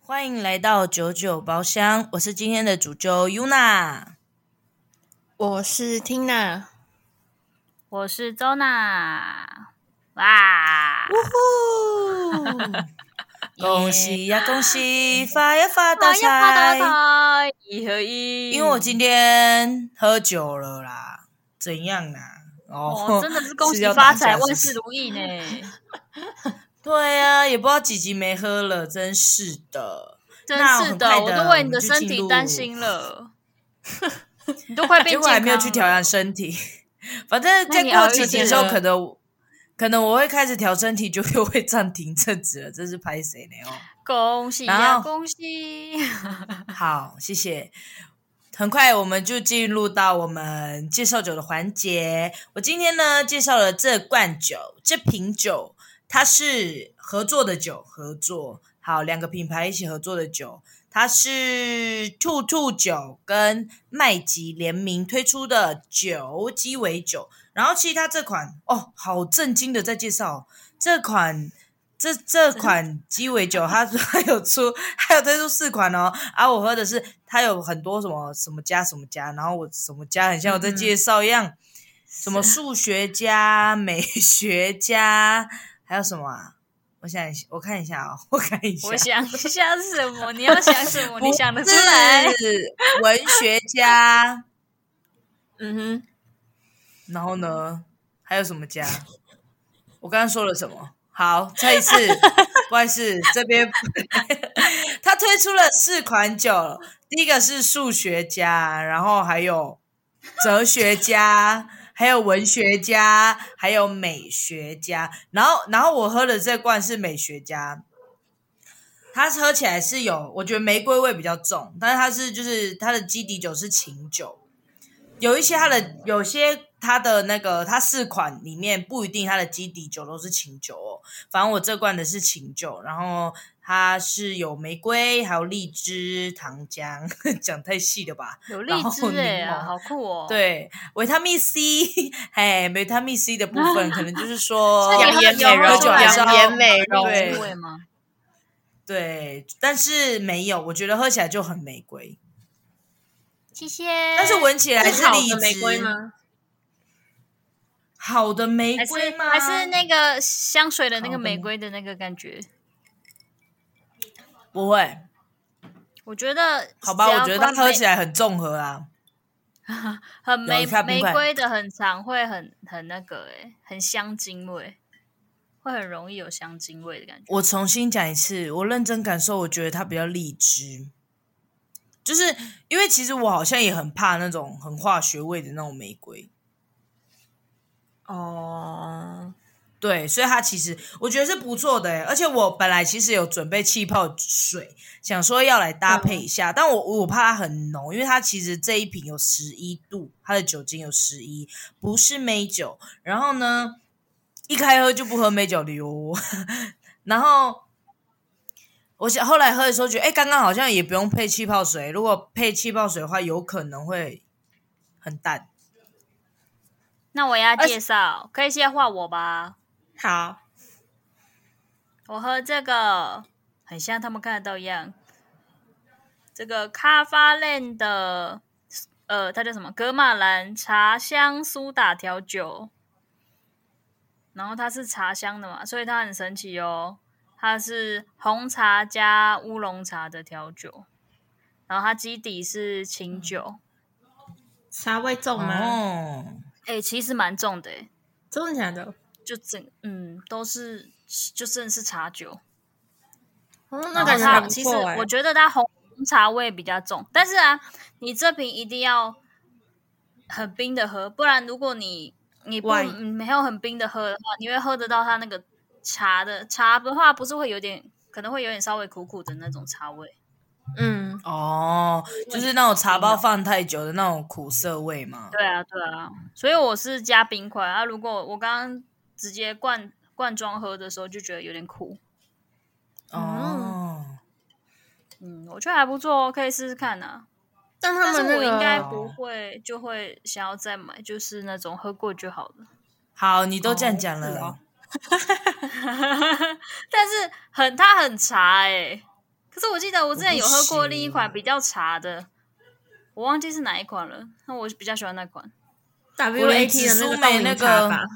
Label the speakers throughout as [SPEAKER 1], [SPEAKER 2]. [SPEAKER 1] 欢迎来到九九包厢，我是今天的主揪 Yuna。
[SPEAKER 2] 我是 Tina，
[SPEAKER 3] 我是周娜，哇！
[SPEAKER 1] 恭喜呀，恭喜，发呀发大
[SPEAKER 3] 要发大
[SPEAKER 1] 财！
[SPEAKER 3] 财，一合一。
[SPEAKER 1] 因为我今天喝酒了啦，怎样啊啦？
[SPEAKER 3] 哦， 真的是恭喜发财，万事如意呢！
[SPEAKER 1] 对啊，也不知道几集没喝了，真是的。
[SPEAKER 3] 真
[SPEAKER 1] 那我
[SPEAKER 3] 是
[SPEAKER 1] 很快的
[SPEAKER 3] 的，我都为你
[SPEAKER 1] 我们
[SPEAKER 3] 的
[SPEAKER 1] 就
[SPEAKER 3] 身
[SPEAKER 1] 进
[SPEAKER 3] 体
[SPEAKER 1] 入
[SPEAKER 3] 担 心了，你都快变
[SPEAKER 1] 结
[SPEAKER 3] 健
[SPEAKER 1] 果
[SPEAKER 3] 康
[SPEAKER 1] 还
[SPEAKER 3] 了。
[SPEAKER 1] 没有去调养身体， 反正
[SPEAKER 3] 那
[SPEAKER 1] 再
[SPEAKER 3] 你
[SPEAKER 1] 过
[SPEAKER 3] 熬
[SPEAKER 1] 几
[SPEAKER 3] 日
[SPEAKER 1] 集
[SPEAKER 3] 子
[SPEAKER 1] 的时候，
[SPEAKER 3] 了
[SPEAKER 1] 可能可能我会开始调身体，就又会暂停阵子了，这是拍谁呢？哦。
[SPEAKER 3] 恭喜
[SPEAKER 1] 然
[SPEAKER 3] 呀，
[SPEAKER 1] 后
[SPEAKER 3] 恭 喜！
[SPEAKER 1] 好，谢谢。很快我们就进入到我们介绍酒的环节。我今天呢介绍了这罐酒，这瓶酒它是合作的酒，合作好两个品牌一起合作的酒，它是兔兔酒跟麦吉联名推出的酒鸡尾酒。然后其实它这款哦，好震惊的在介绍哦这款这这款鸡尾酒，它 它有出，还有推出四款哦。啊，我喝的是它有很多什么什么加什么加，然后我什么加，很像我在介绍一样，什么数学家、美学家，还有什么啊？我想一下，我看一下哦，我看一下，
[SPEAKER 3] 我想想什么？你要想什么？
[SPEAKER 1] 不
[SPEAKER 3] 你想得出
[SPEAKER 1] 是
[SPEAKER 3] 来？
[SPEAKER 1] 文学家，
[SPEAKER 2] 嗯
[SPEAKER 1] 然后呢，还有什么家？我刚刚说了什么？好，再一次，不好意思，这边 他推出了四款酒，第一个是数学家，然后还有哲学家，还有文学家，还有美学家。然后，然后我喝的这罐是美学家，它喝起来是有，我觉得玫瑰味比较重，但是它是就是它的基底酒是琴酒，有一些它的有些它的那个它四款里面不一定它的基底酒都是琴酒哦，反正我这罐的是琴酒，然后它是有玫瑰，还有荔枝、糖浆， 讲太细了吧？
[SPEAKER 3] 有荔
[SPEAKER 1] 然后
[SPEAKER 3] 枝
[SPEAKER 1] 柠
[SPEAKER 3] 哎啊，
[SPEAKER 1] 檬
[SPEAKER 3] 好酷哦！，
[SPEAKER 1] 对，维他命 C，嘿，维他命 C 的部分可能就是说
[SPEAKER 3] 所以
[SPEAKER 2] 养
[SPEAKER 3] 你喝
[SPEAKER 2] 颜美容
[SPEAKER 1] 喝酒，还是要
[SPEAKER 2] 养颜美容，
[SPEAKER 1] 对
[SPEAKER 3] 味吗？
[SPEAKER 1] 对，但是没有，我觉得喝起来就很玫瑰，
[SPEAKER 3] 谢谢。
[SPEAKER 1] 但是闻起来
[SPEAKER 2] 是
[SPEAKER 1] 是
[SPEAKER 2] 好
[SPEAKER 1] 荔枝
[SPEAKER 2] 的玫瑰？吗？
[SPEAKER 1] 好的玫
[SPEAKER 3] 还是
[SPEAKER 1] 瑰吗？
[SPEAKER 3] 还是那个香水的那
[SPEAKER 1] 好的
[SPEAKER 3] 个玫
[SPEAKER 1] 吗
[SPEAKER 3] 瑰的那个感觉？
[SPEAKER 1] 不会，
[SPEAKER 3] 我觉得
[SPEAKER 1] 好吧，
[SPEAKER 3] 只
[SPEAKER 1] 我
[SPEAKER 3] 要
[SPEAKER 1] 觉得它
[SPEAKER 3] 关
[SPEAKER 1] 喝
[SPEAKER 3] 玫
[SPEAKER 1] 起来很综合啊。
[SPEAKER 3] 很
[SPEAKER 1] 有
[SPEAKER 3] 玫
[SPEAKER 1] 一块冰
[SPEAKER 3] 玫
[SPEAKER 1] 块
[SPEAKER 3] 瑰的，很常会很很那个诶、很香精味，会很容易有香精味的感觉。
[SPEAKER 1] 我重新讲一次，我认真感受，我觉得它比较荔枝，就是因为其实我好像也很怕那种很化学味的那种玫瑰，
[SPEAKER 2] 哦，
[SPEAKER 1] 对，所以它其实我觉得是不错的欸，而且我本来其实有准备气泡水，想说要来搭配一下，但我我怕它很浓，因为它其实这一瓶有十一度，它的酒精有十一，不是美酒。然后呢，一开喝就不喝美酒的哟。 然后我想后来喝的时候觉得，哎，刚刚好像也不用配气泡水，如果配气泡水的话，有可能会很淡。
[SPEAKER 3] 那我要
[SPEAKER 2] 而
[SPEAKER 3] 介绍，可以先换我吧。
[SPEAKER 2] 好，
[SPEAKER 3] 我喝这个，很像他们看得到一样。这个咖发链的，呃，它叫什么？格马兰茶香苏打调酒。然后它是茶香的嘛，所以它很神奇哦。它是红茶加乌龙茶的调酒，然后它基底是清酒。
[SPEAKER 2] 茶味重吗？
[SPEAKER 1] 哦，
[SPEAKER 3] 哎、其实蛮重的诶、
[SPEAKER 2] 真的假哦的？
[SPEAKER 3] 就整嗯都是就真的是茶酒。
[SPEAKER 2] 哦，
[SPEAKER 3] 然
[SPEAKER 2] 那
[SPEAKER 3] 后
[SPEAKER 2] 感觉
[SPEAKER 3] 它
[SPEAKER 2] 还不
[SPEAKER 3] 其实
[SPEAKER 2] 错哎
[SPEAKER 3] 我。觉得它红茶味比较重，但是啊，你这瓶一定要很冰的喝，不然如果你你不
[SPEAKER 2] Why？
[SPEAKER 3] 嗯没有很冰的喝的话，你会喝得到它那个茶的茶的话，不是会有点可能会有点稍微苦苦的那种茶味。
[SPEAKER 2] 嗯，
[SPEAKER 1] 哦，就是那种茶
[SPEAKER 3] 嗯
[SPEAKER 1] 包放太久的那种苦涩味嘛。
[SPEAKER 3] 对啊，对啊，所以我是加冰块啊。如果我刚刚直接灌灌装喝的时候，就觉得有点苦。
[SPEAKER 1] 哦，
[SPEAKER 3] 嗯，我觉得还不错哦，可以试试看啊。
[SPEAKER 2] 但他
[SPEAKER 3] 但是
[SPEAKER 2] 们那
[SPEAKER 3] 我应该
[SPEAKER 2] 个
[SPEAKER 3] 不会就会想要再买，就是那种喝过就好了。
[SPEAKER 1] 好，你都这样讲了，
[SPEAKER 2] 哦
[SPEAKER 3] 但是很它很茶哎、可是是我记得我之前有喝过另一
[SPEAKER 1] 我
[SPEAKER 3] 款
[SPEAKER 1] 不
[SPEAKER 3] 比较茶的，我忘记是哪一款了。那我比较喜欢那款
[SPEAKER 2] W A T 的那个冻龄茶吧，哦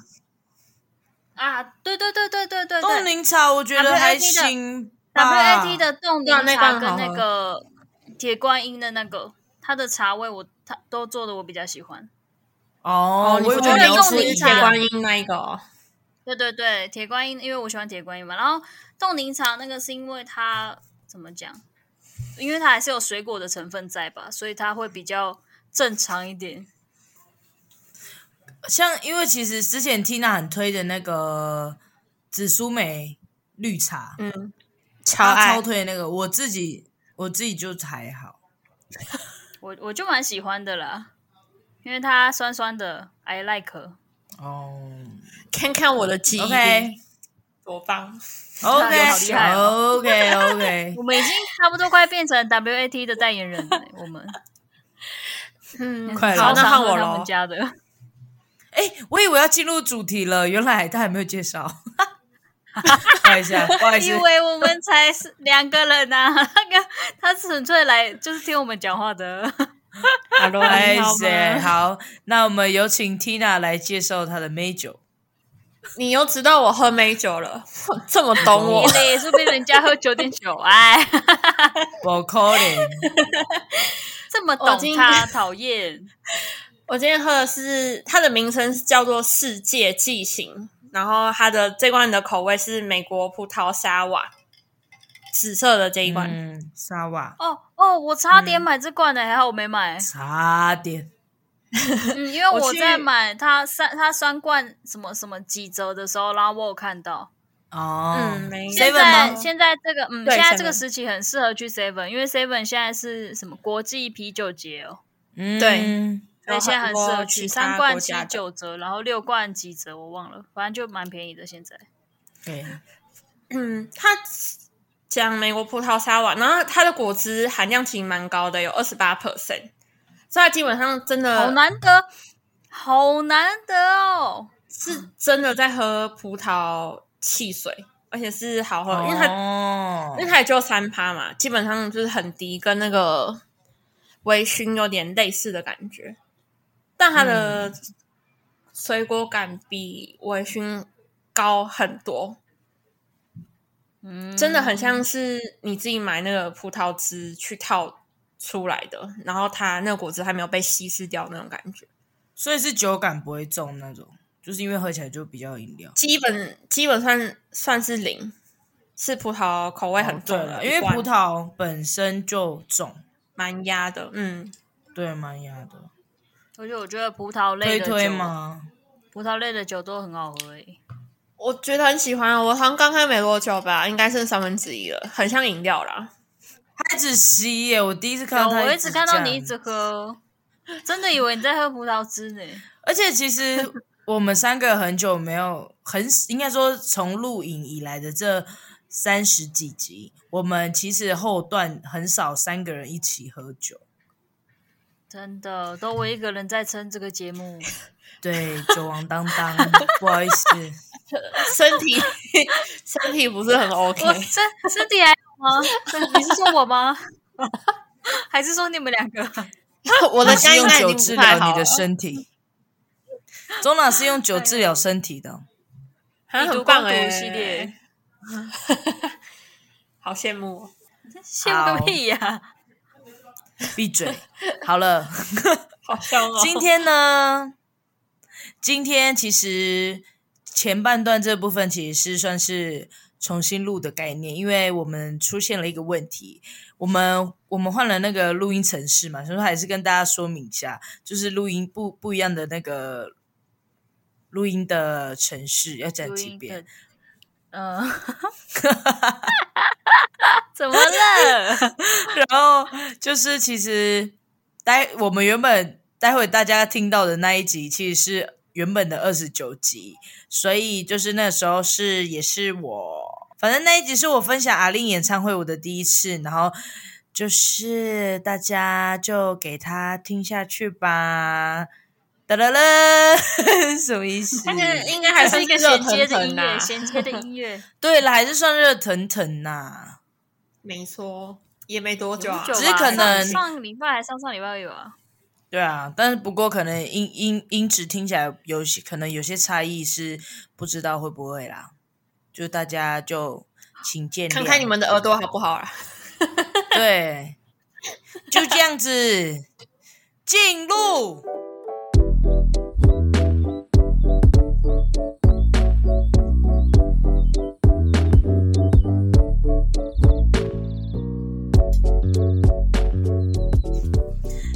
[SPEAKER 3] 啊，对对对对对对
[SPEAKER 1] 冻
[SPEAKER 3] 对
[SPEAKER 1] 龄茶我觉得还
[SPEAKER 3] WAT 的
[SPEAKER 1] 行
[SPEAKER 3] ，W
[SPEAKER 1] 吧
[SPEAKER 3] A T 的冻
[SPEAKER 2] 对啊
[SPEAKER 3] 柠
[SPEAKER 2] 那
[SPEAKER 3] 茶
[SPEAKER 2] 罐
[SPEAKER 3] 跟
[SPEAKER 2] 好
[SPEAKER 3] 那
[SPEAKER 2] 喝
[SPEAKER 3] 个铁观音的那个，它的茶味我它都做的我比较喜欢。
[SPEAKER 1] 哦，
[SPEAKER 2] 你
[SPEAKER 1] 我
[SPEAKER 2] 说
[SPEAKER 1] 有
[SPEAKER 3] 觉得
[SPEAKER 1] 点
[SPEAKER 3] 冻
[SPEAKER 2] 你
[SPEAKER 1] 出
[SPEAKER 2] 是
[SPEAKER 3] 龄
[SPEAKER 1] 一
[SPEAKER 3] 茶
[SPEAKER 2] 铁
[SPEAKER 1] 点
[SPEAKER 2] 观音那一个哦，
[SPEAKER 3] 对对对，铁观音，因为我喜欢铁观音嘛。然后冻柠茶那个是因为它怎么讲？因为它还是有水果的成分在吧，所以它会比较正常一点。
[SPEAKER 1] 像，因为其实之前 Tina 很推的那个紫苏梅绿茶，
[SPEAKER 2] 嗯，
[SPEAKER 1] 超
[SPEAKER 2] 爱
[SPEAKER 1] 超推的那个，我自己我自己就还好。
[SPEAKER 3] 我我就蛮喜欢的啦，因为它酸酸的，I like。
[SPEAKER 1] 哦
[SPEAKER 2] 看看我的记忆
[SPEAKER 1] ，OK
[SPEAKER 2] 力多棒！
[SPEAKER 1] OK
[SPEAKER 3] 好厉害哦
[SPEAKER 1] OK OK，
[SPEAKER 3] 我们已经差不多快变成 WAT 的代言人了，我们
[SPEAKER 2] 嗯，
[SPEAKER 1] 快乐
[SPEAKER 2] 好，
[SPEAKER 3] 超
[SPEAKER 2] 那
[SPEAKER 3] 常
[SPEAKER 2] 换
[SPEAKER 3] 喝
[SPEAKER 2] 我
[SPEAKER 3] 他们
[SPEAKER 2] 喽。
[SPEAKER 3] 家的。
[SPEAKER 1] 哎，我以为要进入主题了，原来他还没有介绍。 不好意思啊，不好意
[SPEAKER 3] 以
[SPEAKER 1] 思，
[SPEAKER 3] 为我们才是两个人呐、啊，那个他纯粹来就是听我们讲话的。
[SPEAKER 2] Hello，
[SPEAKER 1] 不好意思。
[SPEAKER 2] 你好吗
[SPEAKER 1] 好，那我们有请 Tina 来介绍她的美酒。
[SPEAKER 2] 你又知道我喝美酒了， 这么懂我
[SPEAKER 3] 你。嘞，说不定人家喝九点九，哎，
[SPEAKER 1] 不可能，
[SPEAKER 3] 这么
[SPEAKER 2] 我
[SPEAKER 3] 懂
[SPEAKER 2] 今
[SPEAKER 3] 他，哦讨厌。
[SPEAKER 2] 我今天喝的是它的名称是叫做世界纪行，然后它的这罐的口味是美国葡萄沙瓦，紫色的这一罐。
[SPEAKER 1] 嗯，沙瓦，
[SPEAKER 3] 哦哦，我差
[SPEAKER 2] 嗯
[SPEAKER 3] 点买这罐呢、还好我没买。
[SPEAKER 1] 差点。
[SPEAKER 3] 嗯，因为
[SPEAKER 2] 我
[SPEAKER 3] 我
[SPEAKER 2] 去
[SPEAKER 3] 在买它三它三罐什么什么几折的时候，然后我有看到。
[SPEAKER 1] 哦，
[SPEAKER 2] 嗯没
[SPEAKER 1] seven
[SPEAKER 3] 现
[SPEAKER 1] 吗
[SPEAKER 3] 在？现在这个嗯，
[SPEAKER 2] 对
[SPEAKER 3] 现在这个
[SPEAKER 2] Seven
[SPEAKER 3] 时期很适合去 Seven，因为 Seven 现在是什么国际啤酒节哦，
[SPEAKER 1] 嗯
[SPEAKER 2] 对
[SPEAKER 3] 所以现在很适合去
[SPEAKER 2] 有很多其他
[SPEAKER 3] 三罐
[SPEAKER 2] 国
[SPEAKER 3] 七
[SPEAKER 2] 家的
[SPEAKER 3] 九折，然后六罐几折我忘了，反正就蛮便宜的。现在
[SPEAKER 1] 对，
[SPEAKER 2] 嗯，它讲美国葡萄沙瓦，然后它的果汁含量其实蛮高的，有二十八 percent，所以它基本上真
[SPEAKER 3] 好
[SPEAKER 2] 的
[SPEAKER 3] 难得，好难得哦。
[SPEAKER 2] 是真的在喝葡萄汽水，而且是好喝，
[SPEAKER 1] 哦
[SPEAKER 2] 因为它
[SPEAKER 1] 它
[SPEAKER 2] 因为它也就三趴嘛，基本上就是很低，跟那个微醺有点类似的感觉，但它
[SPEAKER 1] 嗯
[SPEAKER 2] 的水果感比微醺高很多，
[SPEAKER 3] 嗯，
[SPEAKER 2] 真的很像是你自己买那个葡萄汁去套出来的，然后它那个果汁还没有被稀释掉那种感觉。
[SPEAKER 1] 所以是酒感不会重那种，就是因为喝起来就比较有饮料。
[SPEAKER 2] 基本基本算算是零，是葡萄口味很重
[SPEAKER 1] 哦对
[SPEAKER 2] 的
[SPEAKER 1] 了，
[SPEAKER 2] 一
[SPEAKER 1] 因为
[SPEAKER 2] 罐
[SPEAKER 1] 葡萄本身就重，
[SPEAKER 2] 蛮压的，嗯，
[SPEAKER 1] 对，蛮压的。
[SPEAKER 3] 而且我觉得葡萄类
[SPEAKER 1] 推
[SPEAKER 3] 的
[SPEAKER 1] 推
[SPEAKER 3] 酒
[SPEAKER 1] 吗？
[SPEAKER 3] 葡萄类的酒都很好喝欸诶、
[SPEAKER 2] 我觉得很喜欢。啊我好像刚开没多久吧，应该剩三分之一了，很像饮料啦。
[SPEAKER 1] 还只吸耶！我第一次看
[SPEAKER 3] 有
[SPEAKER 1] 到它，
[SPEAKER 3] 我一直看到你一直。喝，哦真的以为你在喝葡萄汁呢、
[SPEAKER 1] 而且其 实我们三个很久没有，很应该说从录影以来的这三十几集，我们其实后段很少三个人一起喝酒。
[SPEAKER 3] 真的，都我一个人在撑这个节目，
[SPEAKER 1] 对，酒王当当，不好意思，
[SPEAKER 2] 身体 身体不是 很 OK，
[SPEAKER 3] 我身身体还好吗？身你是说我吗？ 还是说你们两个？
[SPEAKER 2] 我的
[SPEAKER 1] 你是
[SPEAKER 2] 家应
[SPEAKER 1] 用
[SPEAKER 2] 该
[SPEAKER 1] 酒
[SPEAKER 2] 已
[SPEAKER 1] 治
[SPEAKER 2] 经不
[SPEAKER 1] 疗
[SPEAKER 2] 太好
[SPEAKER 1] 你
[SPEAKER 2] 了
[SPEAKER 1] 的。身体。钟老师用酒治疗身体的，
[SPEAKER 2] 啊
[SPEAKER 3] 你
[SPEAKER 2] 很
[SPEAKER 3] 独
[SPEAKER 2] 棒
[SPEAKER 3] 孤独
[SPEAKER 2] 哎、
[SPEAKER 3] 系列，
[SPEAKER 2] 好羡慕哦。
[SPEAKER 3] 羡慕个屁呀、
[SPEAKER 1] 闭嘴。 好了，
[SPEAKER 2] 好香哦！
[SPEAKER 1] 今天呢，今天其实前半段这部分其实是算是重新录的概念，因为我们出现了一个问题，我们我们换了那个录音程式嘛，所以说还是跟大家说明一下，就是录音不不一样的那个录音的程式要讲
[SPEAKER 3] 录
[SPEAKER 1] 几
[SPEAKER 3] 音
[SPEAKER 1] 遍
[SPEAKER 3] 的。，嗯、 怎么了？
[SPEAKER 1] 然后就是其实待我们原本待会大家听到的那一集，其实是原本的二十九集，所以就是那时候是也是我，反正那一集是我分享阿令演唱会我的第一次，然后。就是大家就给他听下去吧，哒啦啦，什么意思？
[SPEAKER 2] 但是 应该还
[SPEAKER 3] 这是一个
[SPEAKER 2] 热
[SPEAKER 3] 衔
[SPEAKER 2] 腾
[SPEAKER 3] 接的
[SPEAKER 2] 腾
[SPEAKER 3] 音
[SPEAKER 2] 啦
[SPEAKER 3] 乐，衔接的音乐。
[SPEAKER 1] 对了，还是算热腾腾呐、
[SPEAKER 2] 没错，也没多久啊
[SPEAKER 3] 很久，吧
[SPEAKER 1] 只是可能
[SPEAKER 3] 上上礼拜还上上礼拜有啊。
[SPEAKER 1] 对啊，但是不过可能音音音质听起来有些可能有些差异是不知道会不会啦，就大家就请见谅。
[SPEAKER 2] 看看你们的耳朵好不好啊？
[SPEAKER 1] 对，就这样子进入。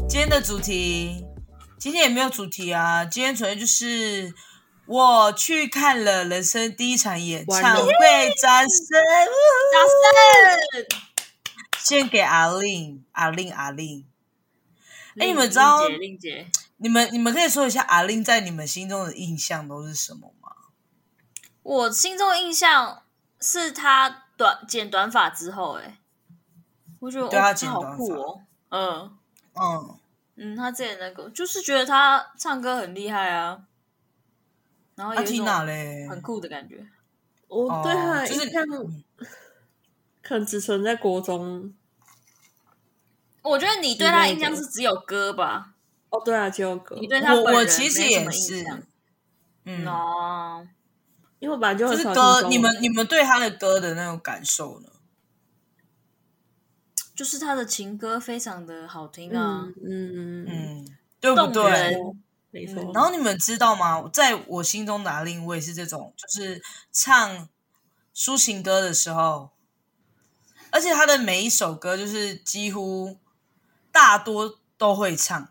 [SPEAKER 1] 今天的主题，今天也没有主题啊，今天主要就是我去看了人生第一场演唱
[SPEAKER 2] 完了
[SPEAKER 1] 会，掌声！呜
[SPEAKER 3] 掌声！
[SPEAKER 1] 献给阿令，阿令，阿令。哎你们知道
[SPEAKER 3] 令姐令姐
[SPEAKER 1] 你们你们可以说一下阿令在你们心中的印象都是什么吗？
[SPEAKER 3] 我心中印象是她短剪短发之后、哎，我觉得
[SPEAKER 1] 对她
[SPEAKER 3] 哦，这
[SPEAKER 1] 剪
[SPEAKER 3] 好
[SPEAKER 1] 短
[SPEAKER 3] 酷哦，嗯
[SPEAKER 1] 嗯，
[SPEAKER 3] 嗯，她之前那个就是觉得她唱歌很厉害啊，然后
[SPEAKER 1] 阿
[SPEAKER 3] 有一
[SPEAKER 1] 缇
[SPEAKER 3] 种
[SPEAKER 1] 娜啊嘞，
[SPEAKER 3] 很酷的感觉，
[SPEAKER 2] 我对他
[SPEAKER 1] 哦
[SPEAKER 2] 的
[SPEAKER 1] 就是
[SPEAKER 2] 印象可能只存在国中。
[SPEAKER 3] 我觉得你对她印象是只有歌吧，
[SPEAKER 2] 哦，对啊，只有歌，
[SPEAKER 3] 你对她
[SPEAKER 1] 我
[SPEAKER 3] 本
[SPEAKER 1] 我
[SPEAKER 3] 人
[SPEAKER 1] 其实
[SPEAKER 3] 没什
[SPEAKER 1] 也
[SPEAKER 3] 么印
[SPEAKER 1] 是
[SPEAKER 3] 象，
[SPEAKER 1] 嗯，
[SPEAKER 3] 哦，
[SPEAKER 2] 因为我本来就
[SPEAKER 1] 就
[SPEAKER 2] 很
[SPEAKER 1] 是
[SPEAKER 2] 少听
[SPEAKER 1] 歌，
[SPEAKER 2] 中
[SPEAKER 1] 你
[SPEAKER 2] 文
[SPEAKER 1] 们你们对他的歌的那种感受呢？
[SPEAKER 3] 就是她的情歌非常的好听啊，
[SPEAKER 2] 嗯嗯嗯，
[SPEAKER 1] 嗯，对不
[SPEAKER 3] 动
[SPEAKER 1] 对
[SPEAKER 3] 人？
[SPEAKER 2] 没错。
[SPEAKER 1] 然后你们知道吗？在我心中的阿令，我也是这种，就是唱抒情歌的时候，而且他的每一首歌就是几乎大多都会唱，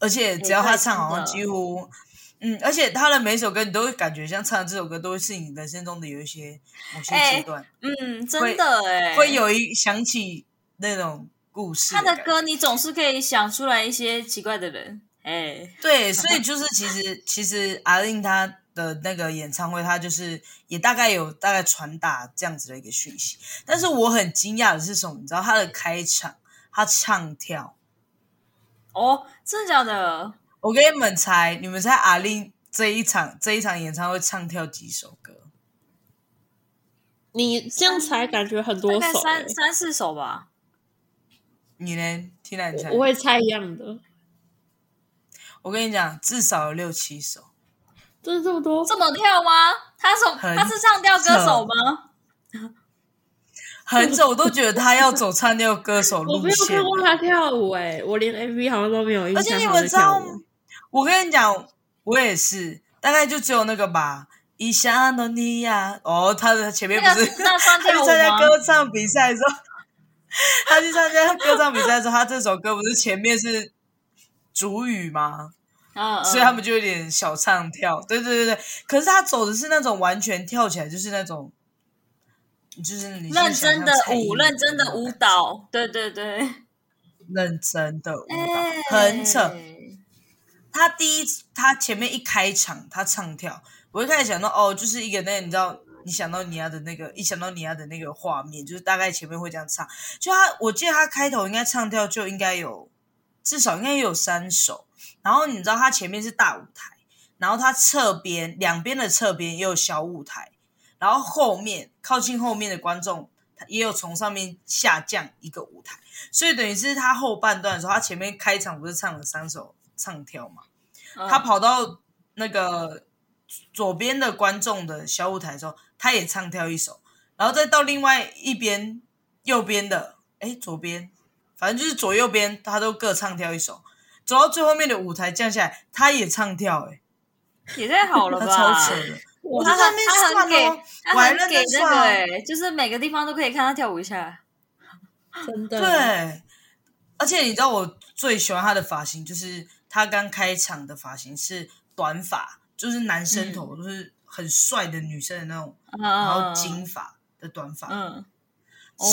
[SPEAKER 1] 而且只要他唱，好像几乎，嗯，而且他的每一首歌，你都会感觉像唱的这首歌，都会是你人生中的有一些某些阶段，
[SPEAKER 3] 嗯，真的哎、
[SPEAKER 1] 会有一想起那种故事
[SPEAKER 3] 他
[SPEAKER 1] 的
[SPEAKER 3] 的
[SPEAKER 1] 感觉
[SPEAKER 3] 歌，你总是可以想出来一些奇怪的人。哎，
[SPEAKER 1] 对，所以就是其实其实阿令他的那个演唱会，他就是也大概有大概传达这样子的一个讯息。但是我很惊讶的是什么？你知道他的开场，他唱跳。
[SPEAKER 3] 哦，真的假的？
[SPEAKER 1] 我给你们猜，你们猜阿令这一场这一场演唱会唱跳几首歌？
[SPEAKER 2] 你这样才感觉很
[SPEAKER 3] 大
[SPEAKER 2] 多
[SPEAKER 3] 概
[SPEAKER 2] 首、
[SPEAKER 3] 三
[SPEAKER 2] 欸，
[SPEAKER 3] 三四首吧。
[SPEAKER 1] 你呢？听来你猜
[SPEAKER 2] 我，会猜一样的，
[SPEAKER 1] 我跟你讲，至少有六七首。
[SPEAKER 2] 真的这么多？
[SPEAKER 3] 这么跳吗？他是
[SPEAKER 1] 很
[SPEAKER 3] 他是唱跳歌手吗？
[SPEAKER 1] 很久我都觉得他要走唱跳歌手
[SPEAKER 2] 我
[SPEAKER 1] 路
[SPEAKER 2] 没有
[SPEAKER 1] 线
[SPEAKER 2] 看过
[SPEAKER 1] 了。
[SPEAKER 2] 他跳舞、欸，哎，我连 MV 好像都没有印象。
[SPEAKER 1] 而且你们知道
[SPEAKER 2] 吗
[SPEAKER 1] 吗？？我跟你讲，我也是，大概就只有那个吧。伊莎诺尼亚，哦，他的前面
[SPEAKER 3] 那
[SPEAKER 1] 不
[SPEAKER 3] 个
[SPEAKER 1] 是，
[SPEAKER 3] 是那 算
[SPEAKER 1] 他去
[SPEAKER 3] 跳舞
[SPEAKER 1] 参加
[SPEAKER 3] 吗？
[SPEAKER 1] 歌唱比赛的时候，他去参加歌唱比赛的时候，他这首歌不是前面是主语吗？
[SPEAKER 3] 嗯，嗯
[SPEAKER 1] 所以他们就有点小唱跳，对对对对。可是他走的是那种完全跳起来，就是那种，就是你
[SPEAKER 3] 认真的舞，认真的舞
[SPEAKER 1] 舞，
[SPEAKER 3] 蹈，对对对，
[SPEAKER 1] 认真的舞
[SPEAKER 3] 哎
[SPEAKER 1] 蹈，很扯。
[SPEAKER 3] 嗯
[SPEAKER 1] 他第一次他前面一开场他唱跳，我一开始想到哦，就是一个那个你知道，你想到尼亚的那个，一想到尼亚的那个画面，就是大概前面会这样唱。就他，我记得他开头应该唱跳就应该有至少应该也有三首，然后你知道他前面是大舞台，然后他侧边两边的侧边也有小舞台，然后后面靠近后面的观众。他也有从上面下降一个舞台，所以等于是他后半段的时候，他前面开场不是唱了三首唱跳嘛，
[SPEAKER 3] 嗯
[SPEAKER 1] 他跑到那个左边的观众的小舞台的时候，他也唱跳一首，然后再到另外一边右边的，哎，左边，反正就是左右边，他都各唱跳一首。走到最后面的舞台降下来，他也唱跳、欸，
[SPEAKER 3] 也太好了
[SPEAKER 1] 哎，他
[SPEAKER 3] 吧？
[SPEAKER 1] 超扯的。我在那边
[SPEAKER 3] 他很
[SPEAKER 1] 算
[SPEAKER 3] 给
[SPEAKER 1] 哦，
[SPEAKER 3] 他
[SPEAKER 1] 我还
[SPEAKER 3] 很
[SPEAKER 1] 认
[SPEAKER 3] 给
[SPEAKER 1] 真
[SPEAKER 3] 那个
[SPEAKER 1] 算哦、
[SPEAKER 3] 哎，就是每个地方都可以看他跳舞一下。
[SPEAKER 2] 真的，
[SPEAKER 1] 对，而且你知道我最喜欢他的发型，就是他刚开场的发型是短发，就是男生头，就是很帅的女生的那种
[SPEAKER 3] 嗯，
[SPEAKER 1] 然
[SPEAKER 3] 然
[SPEAKER 1] 后金发的短发，
[SPEAKER 3] 嗯，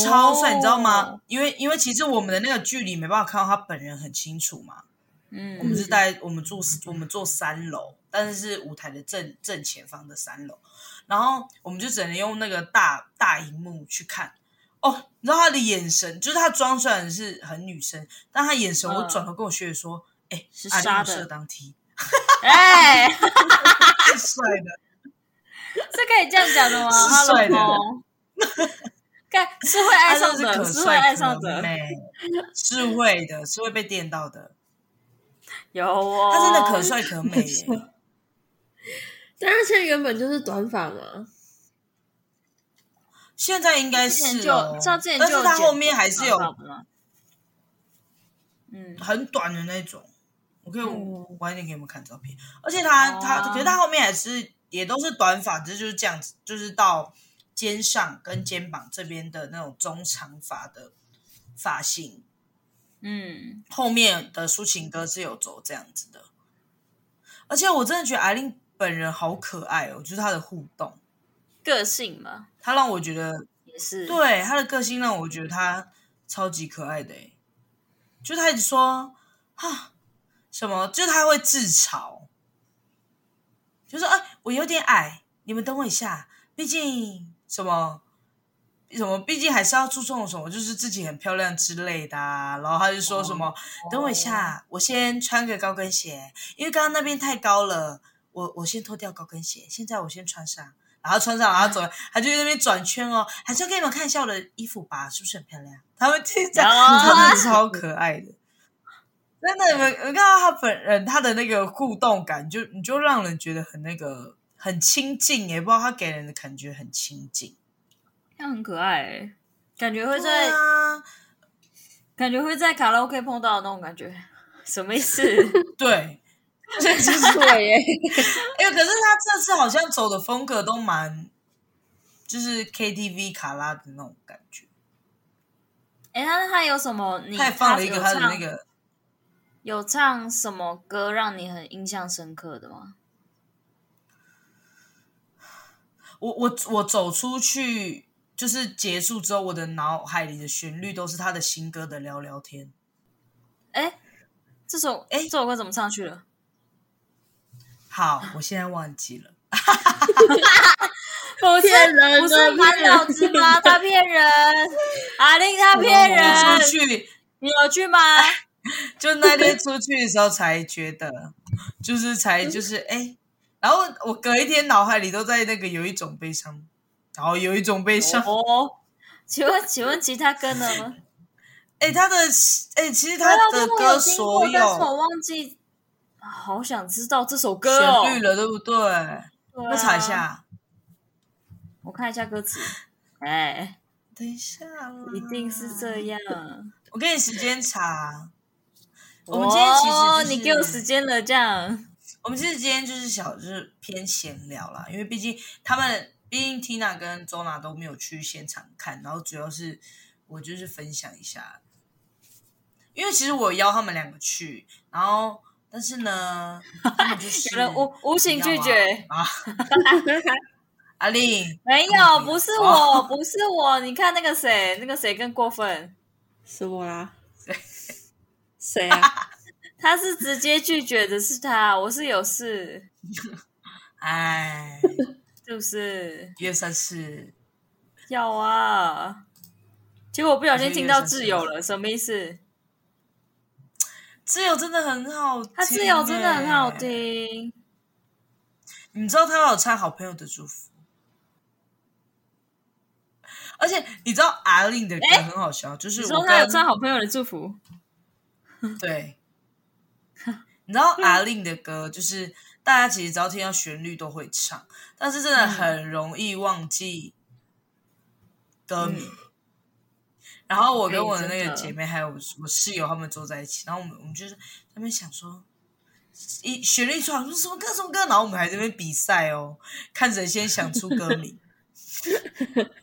[SPEAKER 1] 超帅，你知道
[SPEAKER 3] 哦
[SPEAKER 1] 吗？？因为因为其实我们的那个距离没办法看到他本人很清楚嘛，
[SPEAKER 3] 嗯，
[SPEAKER 1] 我们是在我们住我们坐三楼，但是是舞台的正正前方的三楼，然后我们就只能用那个大大荧幕去看。哦，你知道他的眼神，就是他妆虽然是很女生，但他眼神，我
[SPEAKER 3] 嗯
[SPEAKER 1] 转头跟我学姐说：“哎、
[SPEAKER 3] 是
[SPEAKER 1] 阿玲
[SPEAKER 3] 杀
[SPEAKER 1] 好
[SPEAKER 3] 的
[SPEAKER 1] 适合当 T，
[SPEAKER 3] 哎，
[SPEAKER 1] 太帅了。”
[SPEAKER 3] 这可以这样讲的吗？
[SPEAKER 1] 是帅的
[SPEAKER 3] Hello
[SPEAKER 2] 干是会爱
[SPEAKER 1] 它
[SPEAKER 2] 上
[SPEAKER 1] 都是
[SPEAKER 2] 的，
[SPEAKER 1] 可
[SPEAKER 2] 是会
[SPEAKER 1] 帅
[SPEAKER 2] 爱
[SPEAKER 1] 可
[SPEAKER 2] 上的。
[SPEAKER 1] 美，是会的，是会被电到的。
[SPEAKER 3] 有哦，
[SPEAKER 1] 它真的可帅可美耶，
[SPEAKER 2] 但是现在原本就是短发嘛，
[SPEAKER 1] 现在应该
[SPEAKER 3] 之前
[SPEAKER 1] 是
[SPEAKER 3] 就
[SPEAKER 1] 哦，
[SPEAKER 3] 像
[SPEAKER 1] 但
[SPEAKER 3] 之前
[SPEAKER 1] 是
[SPEAKER 3] 就有
[SPEAKER 1] 它
[SPEAKER 3] 剪
[SPEAKER 1] 后面还是有
[SPEAKER 3] 头发吗嗯，
[SPEAKER 1] 很短的那种，我可以
[SPEAKER 2] 嗯
[SPEAKER 1] 晚一点给你们看照片。而且他
[SPEAKER 3] 哦
[SPEAKER 1] 他，可是他后面还是也都是短发，只是就是这样子，就是到肩上跟肩膀这边的那种中长发的发型。
[SPEAKER 3] 嗯，
[SPEAKER 1] 后面的抒情歌是有走这样子的，而且我真的觉得艾琳本人好可爱哦，就是她的互动，
[SPEAKER 3] 个性嘛，
[SPEAKER 1] 她让我觉得
[SPEAKER 3] 也是，
[SPEAKER 1] 对他的个性让我觉得他超级可爱的、欸，就他一直说啊什么，就他会自嘲，就说哎、我有点矮，你们等我一下，毕竟什么什么，毕竟还是要注重什么，就是自己很漂亮之类的、啊。然后他就说什么，等我一
[SPEAKER 3] 哦
[SPEAKER 1] 下，我先穿个高跟鞋，因为刚刚那边太高了，我我先脱掉高跟鞋，现在我先穿上。然后穿上，然后走，
[SPEAKER 3] 啊
[SPEAKER 1] 他就在那边转圈哦，还是要给你们看一下我的衣服吧，是不是很漂亮？他们听讲，
[SPEAKER 3] 哦
[SPEAKER 1] 真的超可爱的，真的，你们你看到他本人他的那个互动感，就你就让人觉得很那个很亲近，也不知道他给人的感觉很亲近，
[SPEAKER 3] 他很可爱欸，感觉会
[SPEAKER 1] 对
[SPEAKER 3] 在
[SPEAKER 1] 啊，
[SPEAKER 3] 感觉会在卡拉 OK 碰到的那种感觉，什么 意思？
[SPEAKER 1] 对，
[SPEAKER 2] 对耶，
[SPEAKER 1] 哎、可是他这次好像走的风格都蛮，就是 KTV 卡拉的那种感觉。
[SPEAKER 3] 哎，那他有什么？你
[SPEAKER 1] 他也放了一个
[SPEAKER 3] 有
[SPEAKER 1] 他的
[SPEAKER 3] 唱
[SPEAKER 1] 那个，
[SPEAKER 3] 有唱什么歌让你很印象深刻的吗？
[SPEAKER 1] 我我我走出去，就是结束之后，我的脑海里的旋律都是他的新歌的聊聊天。
[SPEAKER 3] 哎，这首哎
[SPEAKER 1] 诶
[SPEAKER 3] 这首歌怎么唱去了？
[SPEAKER 1] 好，我现在忘记 了，
[SPEAKER 3] 不是
[SPEAKER 2] 骗人的
[SPEAKER 3] 不是满脑子吗？他骗人，阿令他骗
[SPEAKER 1] 我
[SPEAKER 3] 人
[SPEAKER 1] 出，去
[SPEAKER 3] 你有去吗？
[SPEAKER 1] 就那天出去的时候才觉得，就是才就是哎、然后我隔一天脑海里都在那个有一种悲伤，然后有一种悲伤，
[SPEAKER 3] 哦，请问请问其他跟了吗？
[SPEAKER 1] 哎、他的哎、其实
[SPEAKER 3] 我
[SPEAKER 1] 他
[SPEAKER 3] 有
[SPEAKER 1] 的
[SPEAKER 3] 听过
[SPEAKER 1] 歌
[SPEAKER 3] 啊有听
[SPEAKER 1] 所
[SPEAKER 3] 过，但是
[SPEAKER 1] 有
[SPEAKER 3] 我忘记，好想知道这首歌哦。
[SPEAKER 1] 旋律了，对不对？
[SPEAKER 3] 对啊
[SPEAKER 1] 我查一，下，
[SPEAKER 3] 我看一下歌词。哎，
[SPEAKER 1] 等一下啦，
[SPEAKER 3] 一定是这样。
[SPEAKER 1] 我给你时间 查。我们今天其实、
[SPEAKER 3] 哦你给我时
[SPEAKER 1] 间，
[SPEAKER 3] 间了，这样。
[SPEAKER 1] 我们其实今天就是小就是偏闲聊啦，因为毕竟他们，毕竟 Tina 跟 Zona 都没有去现场看，然后主要是我就是分享一下，因为其实我有邀他们两个去，然后但是呢，他们就是
[SPEAKER 3] 有人无无情拒绝，
[SPEAKER 1] 啊， 阿令
[SPEAKER 3] 没有，不是
[SPEAKER 1] 哦
[SPEAKER 3] 我，不是我。你看那个谁，那个谁更过分，
[SPEAKER 2] 是我啦。谁啊？
[SPEAKER 3] 他是直接拒绝的，是他，我是有事，
[SPEAKER 1] 哎，
[SPEAKER 3] 是不是？
[SPEAKER 1] 一二三四，
[SPEAKER 3] 要啊。结果我不小心听到挚友了，什么意思？
[SPEAKER 1] 自由真的很好听、欸
[SPEAKER 3] 他挚友真的很好。听，
[SPEAKER 1] 你知道他有唱《好朋友的祝福》，而且你知道阿令的歌很好笑，就是
[SPEAKER 3] 你
[SPEAKER 1] 我
[SPEAKER 3] 说
[SPEAKER 1] 跟
[SPEAKER 3] 他有唱好朋友的祝福，
[SPEAKER 1] 对，你知道阿令的歌就是大家其实只要听到旋律都会唱，但是真
[SPEAKER 3] 嗯
[SPEAKER 1] 的很容易忘记歌名。然后我跟我的那
[SPEAKER 3] 嗯哎真
[SPEAKER 1] 个
[SPEAKER 3] 的
[SPEAKER 1] 姐妹还有我室友他们坐在一起，然后我们我们就是在那边想说。一旋律出来，我说什么歌什么歌，然后我们还在那边比赛哦，看谁先想出歌 名。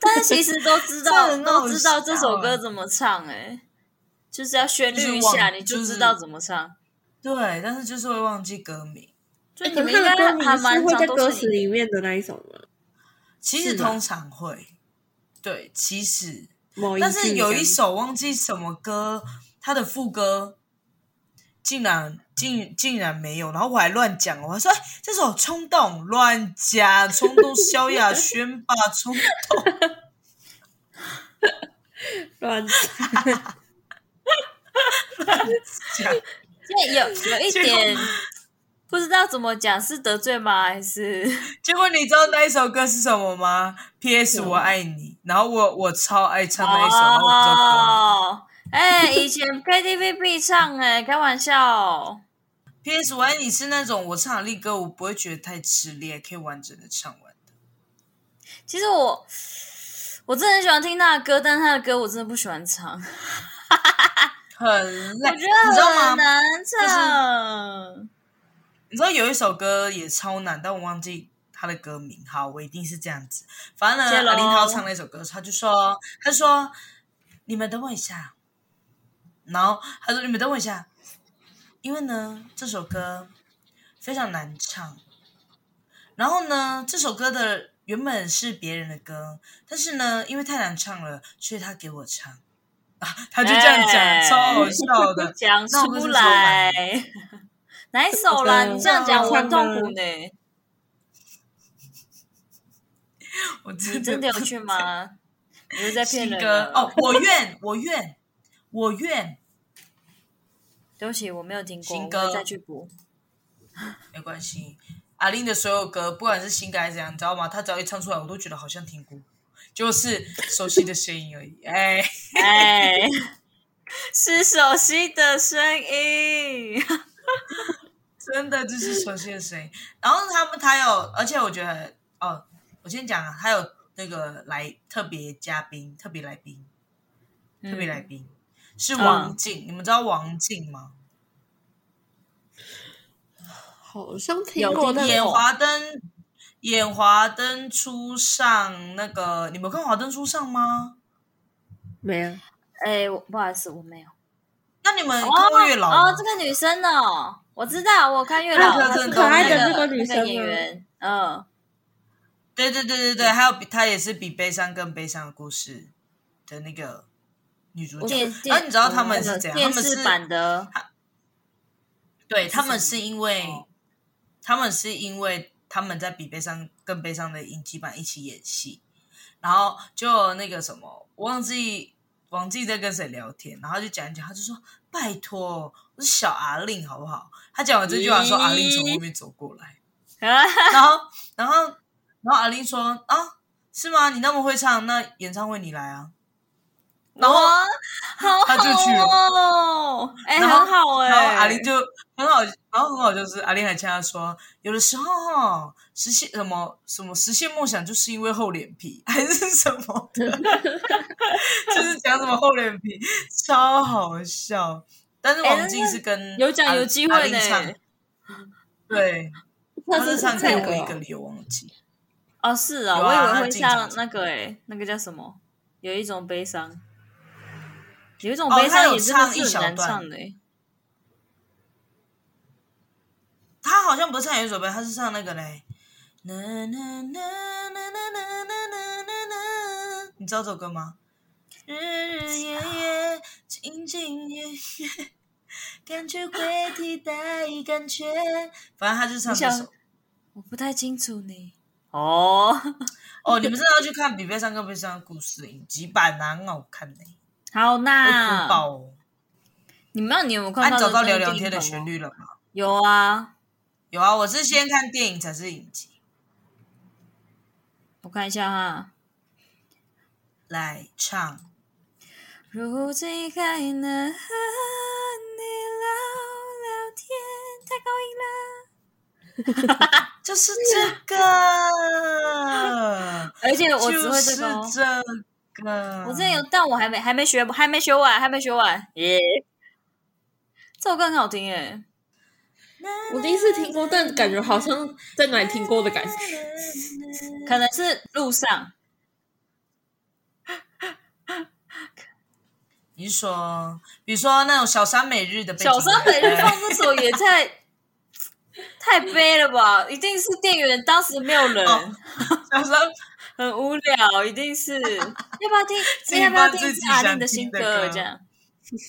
[SPEAKER 3] 但是其实都知道
[SPEAKER 1] 这，很好
[SPEAKER 3] 都知道这首
[SPEAKER 1] 笑
[SPEAKER 3] 歌
[SPEAKER 1] 啊
[SPEAKER 3] 怎么唱、哎，就是要旋律一
[SPEAKER 1] 就是
[SPEAKER 3] 下，
[SPEAKER 1] 忘
[SPEAKER 3] 你就
[SPEAKER 1] 就是
[SPEAKER 3] 知道怎么唱。
[SPEAKER 1] 对，但是就是会忘记歌名。
[SPEAKER 3] 就你
[SPEAKER 2] 哎可
[SPEAKER 3] 们
[SPEAKER 2] 是
[SPEAKER 3] 应
[SPEAKER 2] 他的歌
[SPEAKER 3] 该
[SPEAKER 2] 名
[SPEAKER 3] 还
[SPEAKER 2] 是
[SPEAKER 3] 蛮
[SPEAKER 2] 会
[SPEAKER 3] 常
[SPEAKER 2] 在
[SPEAKER 3] 都
[SPEAKER 2] 歌
[SPEAKER 3] 是
[SPEAKER 2] 词里面的那一种吗？
[SPEAKER 1] 其实
[SPEAKER 2] 是吧
[SPEAKER 1] 通常会，对，其实
[SPEAKER 2] 某一
[SPEAKER 1] 但是
[SPEAKER 2] 句
[SPEAKER 1] 有
[SPEAKER 2] 这样
[SPEAKER 1] 一首忘记什么歌，它的副歌竟然竟竟然没有，然后我还乱讲，我还说、哎、这首《冲动》乱讲，冲动萧亚轩吧，冲动。
[SPEAKER 2] 乱
[SPEAKER 1] 讲
[SPEAKER 3] 因为有有一点 不知道怎么讲是得罪吗？还是
[SPEAKER 1] 结果你知道那一首歌是什么 吗？P.S. 我爱你，然后我我超爱唱那一首，然后我比较高。
[SPEAKER 3] 哦，哎、以前 KTV 必唱哎、开玩笑。
[SPEAKER 1] P.S. 我爱你是那种我唱的力歌，我不会觉得太吃力，可以完整的唱完的。
[SPEAKER 3] 其实我我真的很喜欢听他的歌，但是他的歌我真的不喜欢唱，我
[SPEAKER 1] 很累，
[SPEAKER 3] 觉得
[SPEAKER 1] 你知道
[SPEAKER 3] 很
[SPEAKER 1] 吗？
[SPEAKER 3] 难唱。
[SPEAKER 1] 你知道有一首歌也超难，但我忘记它的歌名。好，我一定是这样子。反正
[SPEAKER 3] 接
[SPEAKER 1] 呢，
[SPEAKER 3] 咯
[SPEAKER 1] 阿林涛唱那首歌的时候，他就说，他说你们等我一下，然后他说你们等我一下，因为呢这首歌非常难唱。然后呢，这首歌的原本是别人的歌，但是呢，因为太难唱了，所以他给我唱 啊，他就这样讲，
[SPEAKER 3] 哎
[SPEAKER 1] 超好笑的。
[SPEAKER 3] 讲出来，哪一首啦？你这样讲我很痛苦呢。
[SPEAKER 1] 我
[SPEAKER 3] 你真的有去吗？你是在骗
[SPEAKER 1] 新
[SPEAKER 3] 人
[SPEAKER 1] 歌
[SPEAKER 3] 了
[SPEAKER 1] 哦，我愿， 我愿，我愿，
[SPEAKER 3] 对不起，我没有听过，
[SPEAKER 1] 新
[SPEAKER 3] 我
[SPEAKER 1] 歌
[SPEAKER 3] 会再去补。
[SPEAKER 1] 没关系。阿玲的所有歌，不管是新歌还是怎样，你知道吗？她只要一唱出来，我都觉得好像听过，就是熟悉的声音而已。 哎，
[SPEAKER 3] 哎， 是熟悉的声音。
[SPEAKER 1] 真的就是熟悉的声音。然后他们他有，而且我觉得哦，我先讲啊，他有那个来特别嘉宾、特别来宾、 特别来宾、是王静，你们知道王静吗？
[SPEAKER 2] 好像听
[SPEAKER 3] 有
[SPEAKER 2] 过
[SPEAKER 3] 听
[SPEAKER 2] 那
[SPEAKER 1] 演
[SPEAKER 2] 个
[SPEAKER 1] 华灯，演华灯初上那个，你们有看华灯初上吗？
[SPEAKER 2] 没啊有？
[SPEAKER 3] 哎、我不好意思，我没有。
[SPEAKER 1] 那你们哎看过月老吗？
[SPEAKER 3] 哦，这个女生哦，我知道，我看月老，
[SPEAKER 1] 那个
[SPEAKER 3] 她是
[SPEAKER 1] 很可爱的
[SPEAKER 3] 那
[SPEAKER 2] 那个
[SPEAKER 3] 个
[SPEAKER 2] 女生
[SPEAKER 3] 那
[SPEAKER 2] 吗
[SPEAKER 3] 个演员，嗯，
[SPEAKER 1] 对对对对对，还有比她也是比悲伤更悲伤的故事的那个女主角
[SPEAKER 3] 电。
[SPEAKER 1] 然
[SPEAKER 3] 电，
[SPEAKER 1] 后你知道他们
[SPEAKER 3] 那
[SPEAKER 1] 是
[SPEAKER 3] 个
[SPEAKER 1] 怎样？他
[SPEAKER 3] 电
[SPEAKER 1] 们是
[SPEAKER 3] 视版的，
[SPEAKER 1] 对他们是因为
[SPEAKER 3] 哦
[SPEAKER 1] 他们是因为他们在比悲伤更悲伤的影集版一起演戏，然后就那个什么，我忘记王记在跟谁聊天，然后就讲一讲，他就说拜托，我是小阿令好不好？他讲完这句话说，
[SPEAKER 3] 咦
[SPEAKER 1] 阿令从后面走过来，
[SPEAKER 3] 啊
[SPEAKER 1] 然后然后然后阿令说啊，是吗？你那么会唱，那演唱会你来啊。 然后
[SPEAKER 3] 哇好
[SPEAKER 1] 她就去了
[SPEAKER 3] 好哦，哎、
[SPEAKER 1] 然后
[SPEAKER 3] 很好哎、
[SPEAKER 1] 然后阿玲就很好，然后很好就是阿玲还呛他说，有的时候哦实现什么什么实现梦想，就是因为厚脸皮还是什么的，就是讲什么厚脸皮，超好笑。但是王静是跟
[SPEAKER 3] 有奖
[SPEAKER 1] 阿
[SPEAKER 3] 有机
[SPEAKER 1] 阿
[SPEAKER 3] 会
[SPEAKER 1] 玲
[SPEAKER 3] 呢
[SPEAKER 1] 唱，对，他
[SPEAKER 2] 那
[SPEAKER 1] 是唱给
[SPEAKER 2] 这
[SPEAKER 1] 我一个
[SPEAKER 2] 个
[SPEAKER 1] 理由忘记，
[SPEAKER 3] 哦，是啊，
[SPEAKER 1] 有啊
[SPEAKER 3] 我以
[SPEAKER 1] 她
[SPEAKER 3] 为会
[SPEAKER 1] 进场
[SPEAKER 3] 像那个哎、那个叫什么？有一种悲伤，有一种
[SPEAKER 1] 哦
[SPEAKER 3] 悲
[SPEAKER 1] 她
[SPEAKER 3] 伤
[SPEAKER 1] 有
[SPEAKER 3] 也真的
[SPEAKER 1] 唱一
[SPEAKER 3] 是
[SPEAKER 1] 小
[SPEAKER 3] 很难
[SPEAKER 1] 段
[SPEAKER 3] 唱的、欸。
[SPEAKER 1] 他好像不是唱《有所悲》，他是唱那个嘞。啦啦啦啦啦啦啦啦啦，你知道这首歌吗？日日夜
[SPEAKER 3] 哎
[SPEAKER 1] 夜，静静夜夜，感觉会替代感觉。反正他就唱这
[SPEAKER 3] 你
[SPEAKER 1] 首
[SPEAKER 3] 想。我不太清楚呢。哦，
[SPEAKER 1] 哦，你们真的要去看《比悲伤更悲伤的故事》影集版啊，很好看呢、
[SPEAKER 3] 好
[SPEAKER 1] 会哭
[SPEAKER 3] 那，
[SPEAKER 1] 爆哦！
[SPEAKER 3] 你们你有没有
[SPEAKER 1] 啊，
[SPEAKER 3] 看
[SPEAKER 1] 你
[SPEAKER 3] 啊到
[SPEAKER 1] 找到
[SPEAKER 3] 那
[SPEAKER 1] 聊
[SPEAKER 3] 个
[SPEAKER 1] 聊
[SPEAKER 3] 电影
[SPEAKER 1] 天的
[SPEAKER 3] 版
[SPEAKER 1] 旋
[SPEAKER 3] 吗？
[SPEAKER 1] 律了吗？
[SPEAKER 3] 有啊，
[SPEAKER 1] 有啊，我是先看电影才是影集。
[SPEAKER 3] 我看一下哈。
[SPEAKER 1] 来唱。
[SPEAKER 3] 如今还能和你聊聊天，太高音了。
[SPEAKER 1] 就是这个，
[SPEAKER 3] 而且 我只
[SPEAKER 1] 就
[SPEAKER 3] 会
[SPEAKER 1] 是
[SPEAKER 3] 这个哦、
[SPEAKER 1] 这个。
[SPEAKER 3] 我之前有，但我还没还没学，还没学完，还没学完。耶、这首歌很好听耶、
[SPEAKER 2] 我第一次听过，但感觉好像在哪里听过的感觉。
[SPEAKER 3] 可能是路上
[SPEAKER 1] 你是说，比如说那种小三每日的背景
[SPEAKER 3] 小
[SPEAKER 1] 音乐，
[SPEAKER 3] 三每日放这首也太 太悲了吧？一定是店员当时没有人，
[SPEAKER 1] 哦小三
[SPEAKER 3] 很无聊，一定是要不啊要听？
[SPEAKER 1] 自己
[SPEAKER 3] 要不要
[SPEAKER 1] 帮
[SPEAKER 3] 听
[SPEAKER 1] 自己
[SPEAKER 3] 阿
[SPEAKER 1] 想
[SPEAKER 3] 令的
[SPEAKER 1] 听
[SPEAKER 3] 新
[SPEAKER 1] 的
[SPEAKER 3] 歌？
[SPEAKER 1] 歌
[SPEAKER 3] 这样。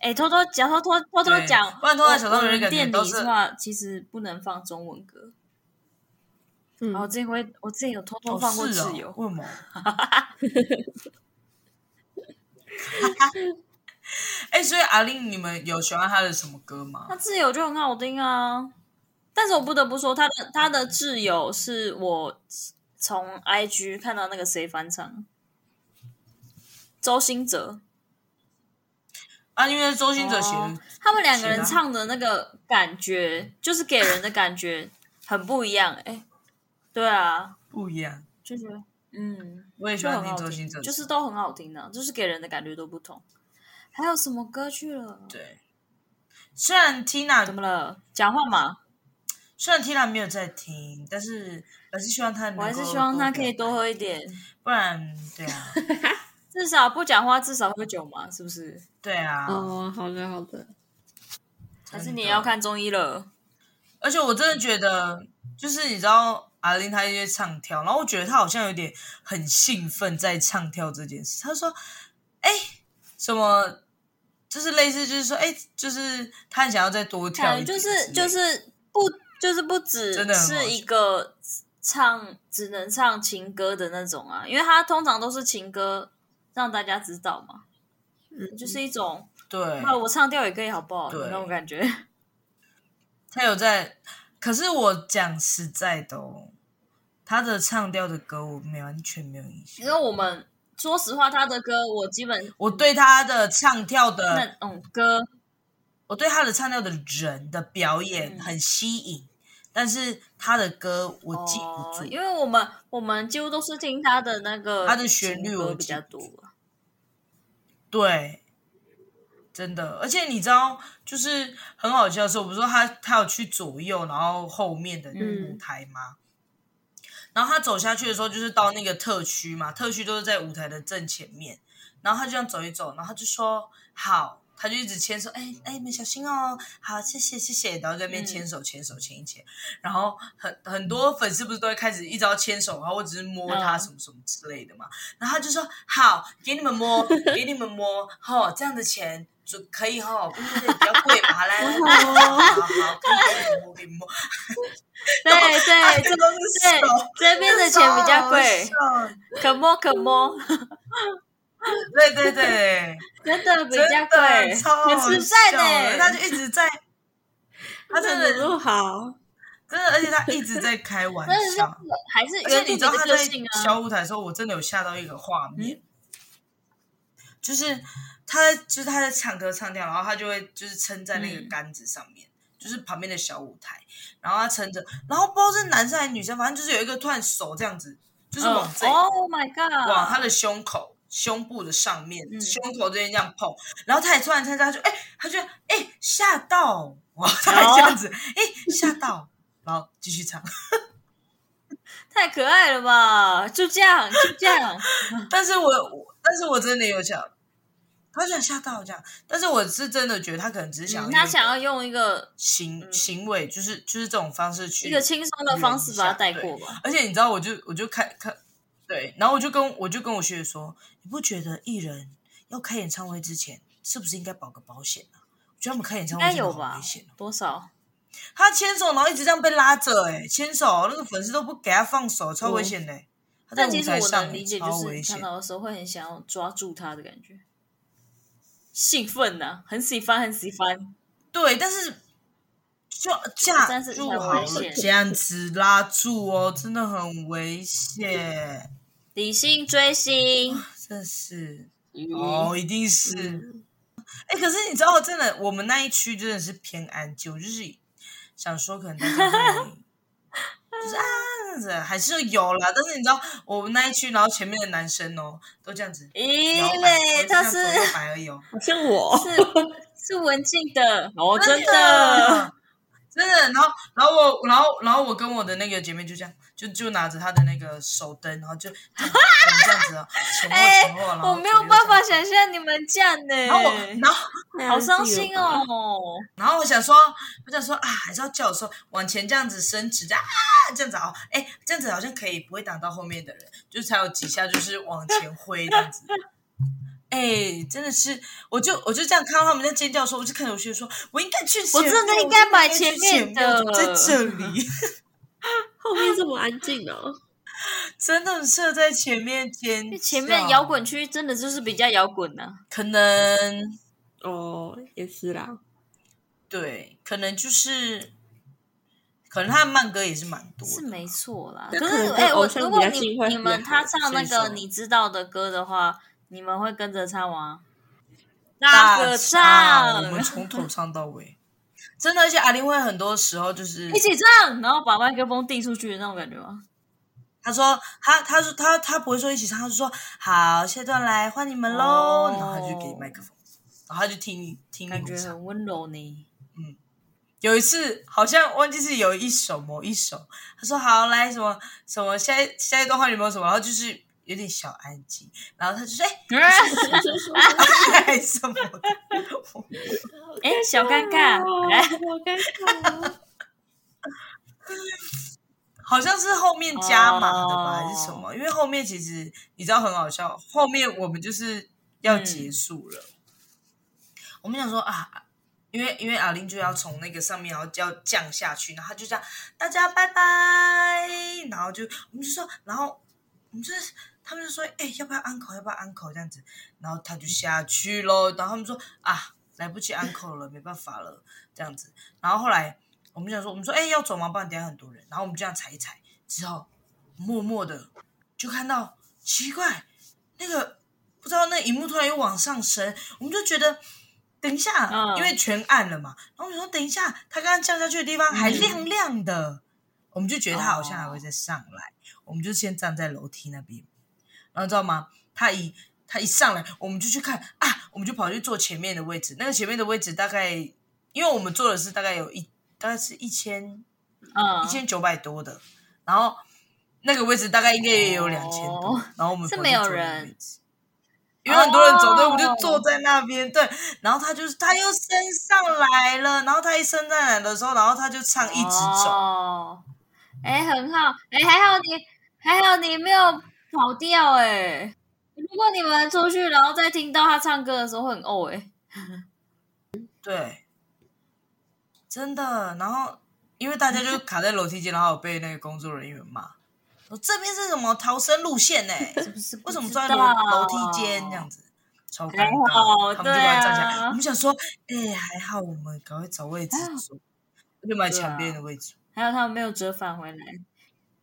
[SPEAKER 3] 哎，偷偷讲，偷偷偷偷
[SPEAKER 1] 对
[SPEAKER 3] 讲，
[SPEAKER 1] 不然偷偷讲
[SPEAKER 3] 我
[SPEAKER 1] 偷偷
[SPEAKER 3] 我
[SPEAKER 1] 就
[SPEAKER 3] 们
[SPEAKER 1] 感觉
[SPEAKER 3] 店
[SPEAKER 1] 都
[SPEAKER 3] 里
[SPEAKER 1] 是
[SPEAKER 3] 的话，其实不能放中文歌。
[SPEAKER 2] 嗯
[SPEAKER 3] 然后，我之前会，我之前有偷偷
[SPEAKER 1] 哦
[SPEAKER 3] 放过《
[SPEAKER 1] 是哦
[SPEAKER 3] 自由》
[SPEAKER 1] 为什么？ 哎，所以阿令，你们有喜欢他的什么歌吗
[SPEAKER 3] 他？挚友就很好听啊。但是我不得不说，他的他的挚友是我从 IG 看到那个谁翻唱，周兴哲，
[SPEAKER 1] 啊，因为周星哲写的
[SPEAKER 3] 哦他们两个人
[SPEAKER 1] 是啊
[SPEAKER 3] 唱的那个感觉，就是给人的感觉很不一样。哎，对啊，
[SPEAKER 1] 不一样，
[SPEAKER 3] 就是嗯，
[SPEAKER 1] 我也喜
[SPEAKER 3] 就
[SPEAKER 1] 欢
[SPEAKER 3] 很
[SPEAKER 1] 听
[SPEAKER 3] 好
[SPEAKER 1] 周星哲，
[SPEAKER 3] 就是都很好听的、就是给人的感觉都不同。还有什么歌去了？
[SPEAKER 1] 对。虽然
[SPEAKER 3] 怎
[SPEAKER 1] Tina
[SPEAKER 3] 么了？讲话嘛，
[SPEAKER 1] 虽然 Tina 没有在听，但是还是希望他能嗯
[SPEAKER 3] 我
[SPEAKER 1] 够
[SPEAKER 3] 还是希望他可以，多喝一点，
[SPEAKER 1] 不然对啊，
[SPEAKER 3] 至少不讲话，至少喝酒嘛，是不是？
[SPEAKER 1] 对 啊。
[SPEAKER 2] 哦，好的好的，
[SPEAKER 3] 还
[SPEAKER 1] 真的
[SPEAKER 3] 是你也要看中医了？
[SPEAKER 1] 而且我真的觉得，就是你知道阿玲她一些唱跳，然后我觉得她好像有点很兴奋在唱跳这件事。她说：“哎、什么？就是类似，就是说，哎、就是她很想要再多跳
[SPEAKER 3] 感
[SPEAKER 1] 一
[SPEAKER 3] 觉
[SPEAKER 1] 点
[SPEAKER 3] 哎就
[SPEAKER 1] 之类的，
[SPEAKER 3] 是就是不就是不只
[SPEAKER 1] 真的很好
[SPEAKER 3] 是一个唱只能唱情歌的那种啊，因为他通常都是情歌让大家知道嘛，
[SPEAKER 2] 嗯，
[SPEAKER 3] 就是一种
[SPEAKER 1] 对，
[SPEAKER 3] 那我唱跳也可以好不好？
[SPEAKER 1] 嗯对
[SPEAKER 3] 那种感觉。
[SPEAKER 1] 她有在。可是我讲实在的哦，她的唱跳的歌我没完全没有印象。
[SPEAKER 3] 因为我们说实话，他的歌我基本
[SPEAKER 1] 我对她的唱跳
[SPEAKER 3] 那
[SPEAKER 1] 的，
[SPEAKER 3] 种歌，
[SPEAKER 1] 我对她的唱跳的人的表演
[SPEAKER 3] 嗯
[SPEAKER 1] 很吸引，但是她的歌我记不
[SPEAKER 3] 哦
[SPEAKER 1] 住。
[SPEAKER 3] 因为我们我们几乎都是听他的那个
[SPEAKER 1] 他的旋律
[SPEAKER 3] 情
[SPEAKER 1] 我
[SPEAKER 3] 歌
[SPEAKER 1] 记
[SPEAKER 3] 比较
[SPEAKER 1] 不
[SPEAKER 3] 多
[SPEAKER 1] 住，对，真的，而且你知道，就是很好笑的是，我不是说他他有去左右，然后后面的
[SPEAKER 2] 嗯
[SPEAKER 1] 舞台吗？然后他走下去的时候，就是到那个特区嘛，特区都是在舞台的正前面。然后他就这样走一走，然后他就说好，他就一直牵手，哎哎，你们小心哦，好，谢谢谢谢，然后在
[SPEAKER 3] 嗯
[SPEAKER 1] 那边牵手牵手牵一牵，然后很很多粉丝不是都会开始一直要牵手，然后我只是摸他
[SPEAKER 3] 嗯
[SPEAKER 1] 什么什么之类的嘛，然后他就说好，给你们摸，给你们摸，吼、这样的钱。就可以哈、哦，对对对，比较贵嘛，好来，来来好好好，可以给你摸，给你摸，哎
[SPEAKER 3] 对对，这
[SPEAKER 1] 都是
[SPEAKER 3] 哎对这边的钱比较 贵，可摸可摸，
[SPEAKER 1] 对对对，
[SPEAKER 3] 真的 比
[SPEAKER 1] 真
[SPEAKER 3] 较
[SPEAKER 1] 的
[SPEAKER 3] 贵，
[SPEAKER 1] 超
[SPEAKER 3] 很
[SPEAKER 1] 好
[SPEAKER 3] 实在
[SPEAKER 1] 笑
[SPEAKER 3] 呢。
[SPEAKER 1] 的他就一直 在，他真的
[SPEAKER 2] 录好，
[SPEAKER 1] 真的，而且他一直在开玩
[SPEAKER 3] 真的是
[SPEAKER 1] 笑。
[SPEAKER 3] 还是
[SPEAKER 1] 而且
[SPEAKER 3] 原住
[SPEAKER 1] 你
[SPEAKER 3] 民
[SPEAKER 1] 知道
[SPEAKER 3] 的
[SPEAKER 1] 他
[SPEAKER 3] 个
[SPEAKER 1] 在
[SPEAKER 3] 性啊，嗯
[SPEAKER 1] 小舞台的时候，我真的有吓到一个画面，就是他在就是他在唱歌唱跳，然后他就会就是撑在那个
[SPEAKER 3] 嗯
[SPEAKER 1] 杆子上面，就是旁边的小舞台，然后他撑着，然后不知道是男生还是女生，反正就是有一个突然手这样子，就是往这里、
[SPEAKER 3] Oh my
[SPEAKER 1] 往他
[SPEAKER 3] god！
[SPEAKER 1] 的胸口、胸部的上面、
[SPEAKER 3] 嗯
[SPEAKER 1] 胸口这边这样碰，然后他也突然参加，他就哎、他就哎吓、到，哇，他
[SPEAKER 3] 哦
[SPEAKER 1] 还这样子，哎、吓到，然后继续唱。
[SPEAKER 3] 太可爱了吧？就这样，就这样。
[SPEAKER 1] 但是我我但是我真的有想，他想吓到这样，但是我是真的觉得他可能只是想要
[SPEAKER 3] 嗯
[SPEAKER 1] 用
[SPEAKER 3] 他想要用一个
[SPEAKER 1] 行、行为，就是就是这种方式去
[SPEAKER 3] 一个轻松的方式把它带过吧。
[SPEAKER 1] 而且你知道，我就我就看看，对，然后我就跟我就跟我学姐说，你不觉得艺人要开演唱会之前，是不是应该保个保险啊？我觉得他们开演唱
[SPEAKER 3] 应
[SPEAKER 1] 会
[SPEAKER 3] 该
[SPEAKER 1] 真的
[SPEAKER 3] 有
[SPEAKER 1] 好
[SPEAKER 3] 吧
[SPEAKER 1] 危险哦、？
[SPEAKER 3] 多少？
[SPEAKER 1] 他牵手，然后一直这样被拉着、欸，哎，牵手，那个粉丝都不给他放手，超危险的、欸。他在
[SPEAKER 3] 哦但
[SPEAKER 1] 舞
[SPEAKER 3] 其实
[SPEAKER 1] 台
[SPEAKER 3] 我
[SPEAKER 1] 上、
[SPEAKER 3] 能
[SPEAKER 1] 欸、
[SPEAKER 3] 理解，
[SPEAKER 1] 超
[SPEAKER 3] 就是
[SPEAKER 1] 危
[SPEAKER 3] 你
[SPEAKER 1] 险
[SPEAKER 3] 看。到的时候会很想要抓住他的感觉，兴奋呐、很喜欢，很喜欢。
[SPEAKER 1] 对，但是就架
[SPEAKER 3] 但是
[SPEAKER 1] 住
[SPEAKER 3] 很
[SPEAKER 1] 好了
[SPEAKER 3] 危险，
[SPEAKER 1] 这样子拉住哦，真的很危险，
[SPEAKER 3] 理性追星，
[SPEAKER 1] 这是
[SPEAKER 2] 嗯
[SPEAKER 1] 哦，一定是。
[SPEAKER 3] 嗯
[SPEAKER 1] 哎、可是你知道，真的，我们那一区真的是偏安静，我就是想说，可能大家会就是啊，这样子还是有啦。但是你知道，我们那一区，然后前面的男生哦，都这样子摇摆，
[SPEAKER 3] 因为他是
[SPEAKER 1] 摇摆而已哦，
[SPEAKER 2] 好像我
[SPEAKER 3] 是是文静的，哦，真的，
[SPEAKER 1] 的。 真的，然后，然后我，然后，然后我跟我的那个姐妹就这样，就就拿着她的那个手灯，然后就这样这样子 哦，前后
[SPEAKER 3] 哎
[SPEAKER 1] 前后，然后
[SPEAKER 3] 我没有
[SPEAKER 1] 左右
[SPEAKER 3] 办法
[SPEAKER 1] 这样
[SPEAKER 3] 想哎象你们这样呢、
[SPEAKER 1] 然后我，然后
[SPEAKER 3] 好伤心哦，。
[SPEAKER 1] 然后我想说，我想说啊，还是要叫我说往前这样子伸直，这样啊，这样子哦，哎，这样子好像可以不会挡到后面的人，就是才有几下就是往前挥这样子。哎，真的是，我就我就这样看到他们在尖叫的时候，我就看着我学姐说，我应该去前
[SPEAKER 3] 我
[SPEAKER 1] 面，
[SPEAKER 3] 真的应该买
[SPEAKER 1] 去
[SPEAKER 3] 前
[SPEAKER 1] 前
[SPEAKER 3] 面
[SPEAKER 1] 面
[SPEAKER 3] 的
[SPEAKER 1] 我在这里，
[SPEAKER 2] 后面这么安静哦，
[SPEAKER 1] 真的很适合在前面尖
[SPEAKER 3] 因
[SPEAKER 1] 叫，
[SPEAKER 3] 为前面摇滚区真的就是比较摇滚呢、
[SPEAKER 1] 可能
[SPEAKER 2] 哦，也是啦。
[SPEAKER 1] 对，可能就是，可能他的慢歌也是蛮多的，
[SPEAKER 3] 是没错啦。
[SPEAKER 2] 但
[SPEAKER 3] 可
[SPEAKER 2] 可
[SPEAKER 3] 是
[SPEAKER 2] 能
[SPEAKER 3] 哎、
[SPEAKER 2] 跟
[SPEAKER 3] 我
[SPEAKER 2] 偶像
[SPEAKER 3] 如
[SPEAKER 2] 比
[SPEAKER 3] 果
[SPEAKER 2] 较
[SPEAKER 3] 你
[SPEAKER 2] 近会
[SPEAKER 3] 你
[SPEAKER 2] 比
[SPEAKER 3] 们
[SPEAKER 2] 较
[SPEAKER 3] 他
[SPEAKER 2] 好
[SPEAKER 3] 唱那
[SPEAKER 2] 接
[SPEAKER 3] 个
[SPEAKER 2] 受
[SPEAKER 3] 你知道的歌的话，你们会跟着唱吗？
[SPEAKER 1] 大
[SPEAKER 3] 合
[SPEAKER 1] 唱，我
[SPEAKER 3] 唱
[SPEAKER 1] 们，从头唱到尾，真的，而且阿玲会很多时候就是
[SPEAKER 3] 一起唱，然后把麦克风递出去的那种感觉吗？
[SPEAKER 1] 他说他他说他他不会说一起唱，他就说好，下一段来换你们喽，
[SPEAKER 3] 哦
[SPEAKER 1] 然后他就给你麦克风，然后他就听你听你
[SPEAKER 3] 感觉
[SPEAKER 1] 们唱。
[SPEAKER 3] 很温柔 呢。
[SPEAKER 1] 有一次好像忘记是有一首某一首，他说好来什么什么下一下一段换你们什么，然后就是有点小安静，然后他就说
[SPEAKER 3] 嗯
[SPEAKER 1] 哎哎 什么的，
[SPEAKER 3] 哎、小尴尬，哎、
[SPEAKER 2] 好尴尬哦。
[SPEAKER 1] 好像是后面加码的吧
[SPEAKER 3] 哦
[SPEAKER 1] 还是什么？因为后面其实你知道很好笑，后面我们就是要结束了，我们想说啊。因为因为阿玲就要从那个上面，然后就要降下去，然后他就这样，大家拜拜，然后就我们就说，然后我们就是他们就说，哎、要不要安口？要不要安口？这样子，然后他就下去喽，然后他们说啊，来不及安口了，没办法了，这样子，然后后来我们就想说，我们说，哎、要走吗？不然等一下很多人。然后我们就这样踩一踩，之后默默的就看到奇怪，那个不知道那荧幕突然又往上升，我们就觉得等一下，
[SPEAKER 3] 嗯
[SPEAKER 1] 因为全暗了嘛。然后我们说等一下，它刚刚降下去的地方还亮亮的，我们就觉得它好像还
[SPEAKER 3] 哦
[SPEAKER 1] 会再上来。我们就先站在楼梯那边，然后知道吗？它一它一上来，我们就去看啊，我们就跑去坐前面的位置。那个前面的位置大概，因为我们坐的是大概有一大概是一千
[SPEAKER 3] 嗯
[SPEAKER 1] 一，千九百多的，然后那个位置大概应该也有
[SPEAKER 3] 哦
[SPEAKER 1] 两千多，然后我们
[SPEAKER 3] 是
[SPEAKER 1] 跑去
[SPEAKER 3] 没有
[SPEAKER 1] 坐那个
[SPEAKER 3] 人
[SPEAKER 1] 位置，因为很多人走队，
[SPEAKER 3] 哦
[SPEAKER 1] 我就坐在那边，对，然后他就是他又升上来了，然后他一升上来的时候，然后他就唱一直走，
[SPEAKER 3] 哦，哎、很好，哎、还好你，还好你没有跑掉、哎。如果你们出去，然后再听到他唱歌的时候，会很呕哎、
[SPEAKER 1] 对，真的，然后因为大家就卡在楼梯间，然后有被那个工作人员骂，说这边是什么逃生路线呢、
[SPEAKER 3] 是不是不
[SPEAKER 1] 为什
[SPEAKER 3] 知道？
[SPEAKER 1] 么坐在楼楼梯间这样子？超尴
[SPEAKER 3] 还好
[SPEAKER 1] 尬，他们就把它站起来。
[SPEAKER 3] 对啊
[SPEAKER 1] 我们想说，哎、还好我们赶快找位置坐，
[SPEAKER 3] 啊
[SPEAKER 1] 就买墙边的位置。
[SPEAKER 3] 还有他们没有折返回来，
[SPEAKER 1] 嗯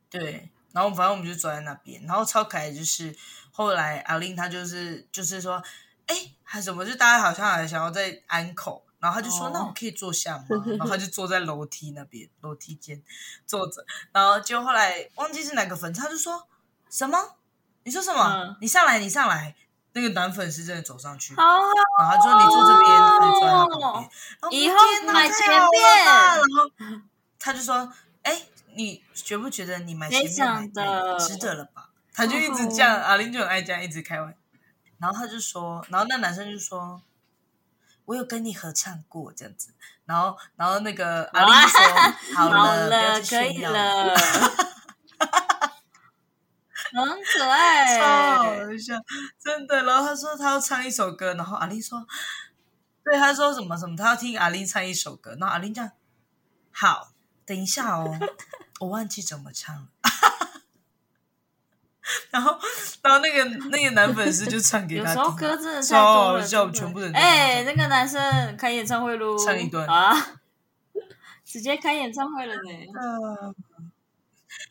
[SPEAKER 1] 对，然后反正我们就坐在那边，然后超可爱的就是后来阿令他就是就是说，哎、还什么？就大家好像还想要再安口，然后他就说，
[SPEAKER 3] 哦
[SPEAKER 1] 那我可以坐下吗？然后他就坐在楼梯那边，楼梯间坐着，然后就后来忘记是哪个粉丝，他就说什么？你说什么？
[SPEAKER 3] 嗯
[SPEAKER 1] 你上来，你上来。那个男粉丝真的走上去，
[SPEAKER 3] 好啊好
[SPEAKER 1] 然后他就说你坐这边，他就坐在他旁边。然后我说
[SPEAKER 3] 哦以后
[SPEAKER 1] 天哪
[SPEAKER 3] 买
[SPEAKER 1] 太
[SPEAKER 3] 前
[SPEAKER 1] 好了
[SPEAKER 3] 面
[SPEAKER 1] 吧然后他就说：“哎，你觉不觉得你买前
[SPEAKER 3] 非
[SPEAKER 1] 面
[SPEAKER 3] 常
[SPEAKER 1] 买
[SPEAKER 3] 的嗯
[SPEAKER 1] 值得了吧？”他就一直这样，阿玲就很爱这样一直开玩。然后他就说，然后那男生就说：“我有跟你合唱过这样子。”然后，然后那个阿玲就 说：“好
[SPEAKER 3] 好
[SPEAKER 1] 了，不要再
[SPEAKER 3] 可以
[SPEAKER 1] 炫耀了。”
[SPEAKER 3] 了，很可
[SPEAKER 1] 超好
[SPEAKER 3] 爱，
[SPEAKER 1] 笑，真的。然后他说他要唱一首歌，然后阿玲说，对，他说什么什么，他要听阿玲唱一首歌，然后阿玲讲，好，等一下 哦，我忘记怎么唱了。 然后，然后那个那个男粉丝就唱给
[SPEAKER 3] 有
[SPEAKER 1] 他
[SPEAKER 3] 时
[SPEAKER 1] 听，啊
[SPEAKER 3] 候歌真的太
[SPEAKER 1] 超
[SPEAKER 3] 多
[SPEAKER 1] 好
[SPEAKER 3] 了，
[SPEAKER 1] 笑，
[SPEAKER 3] 真的
[SPEAKER 1] 全部人都
[SPEAKER 3] 哎、那个男生开演唱会喽，
[SPEAKER 1] 唱一段
[SPEAKER 3] 啊，直接开演唱会了呢。
[SPEAKER 1] 嗯，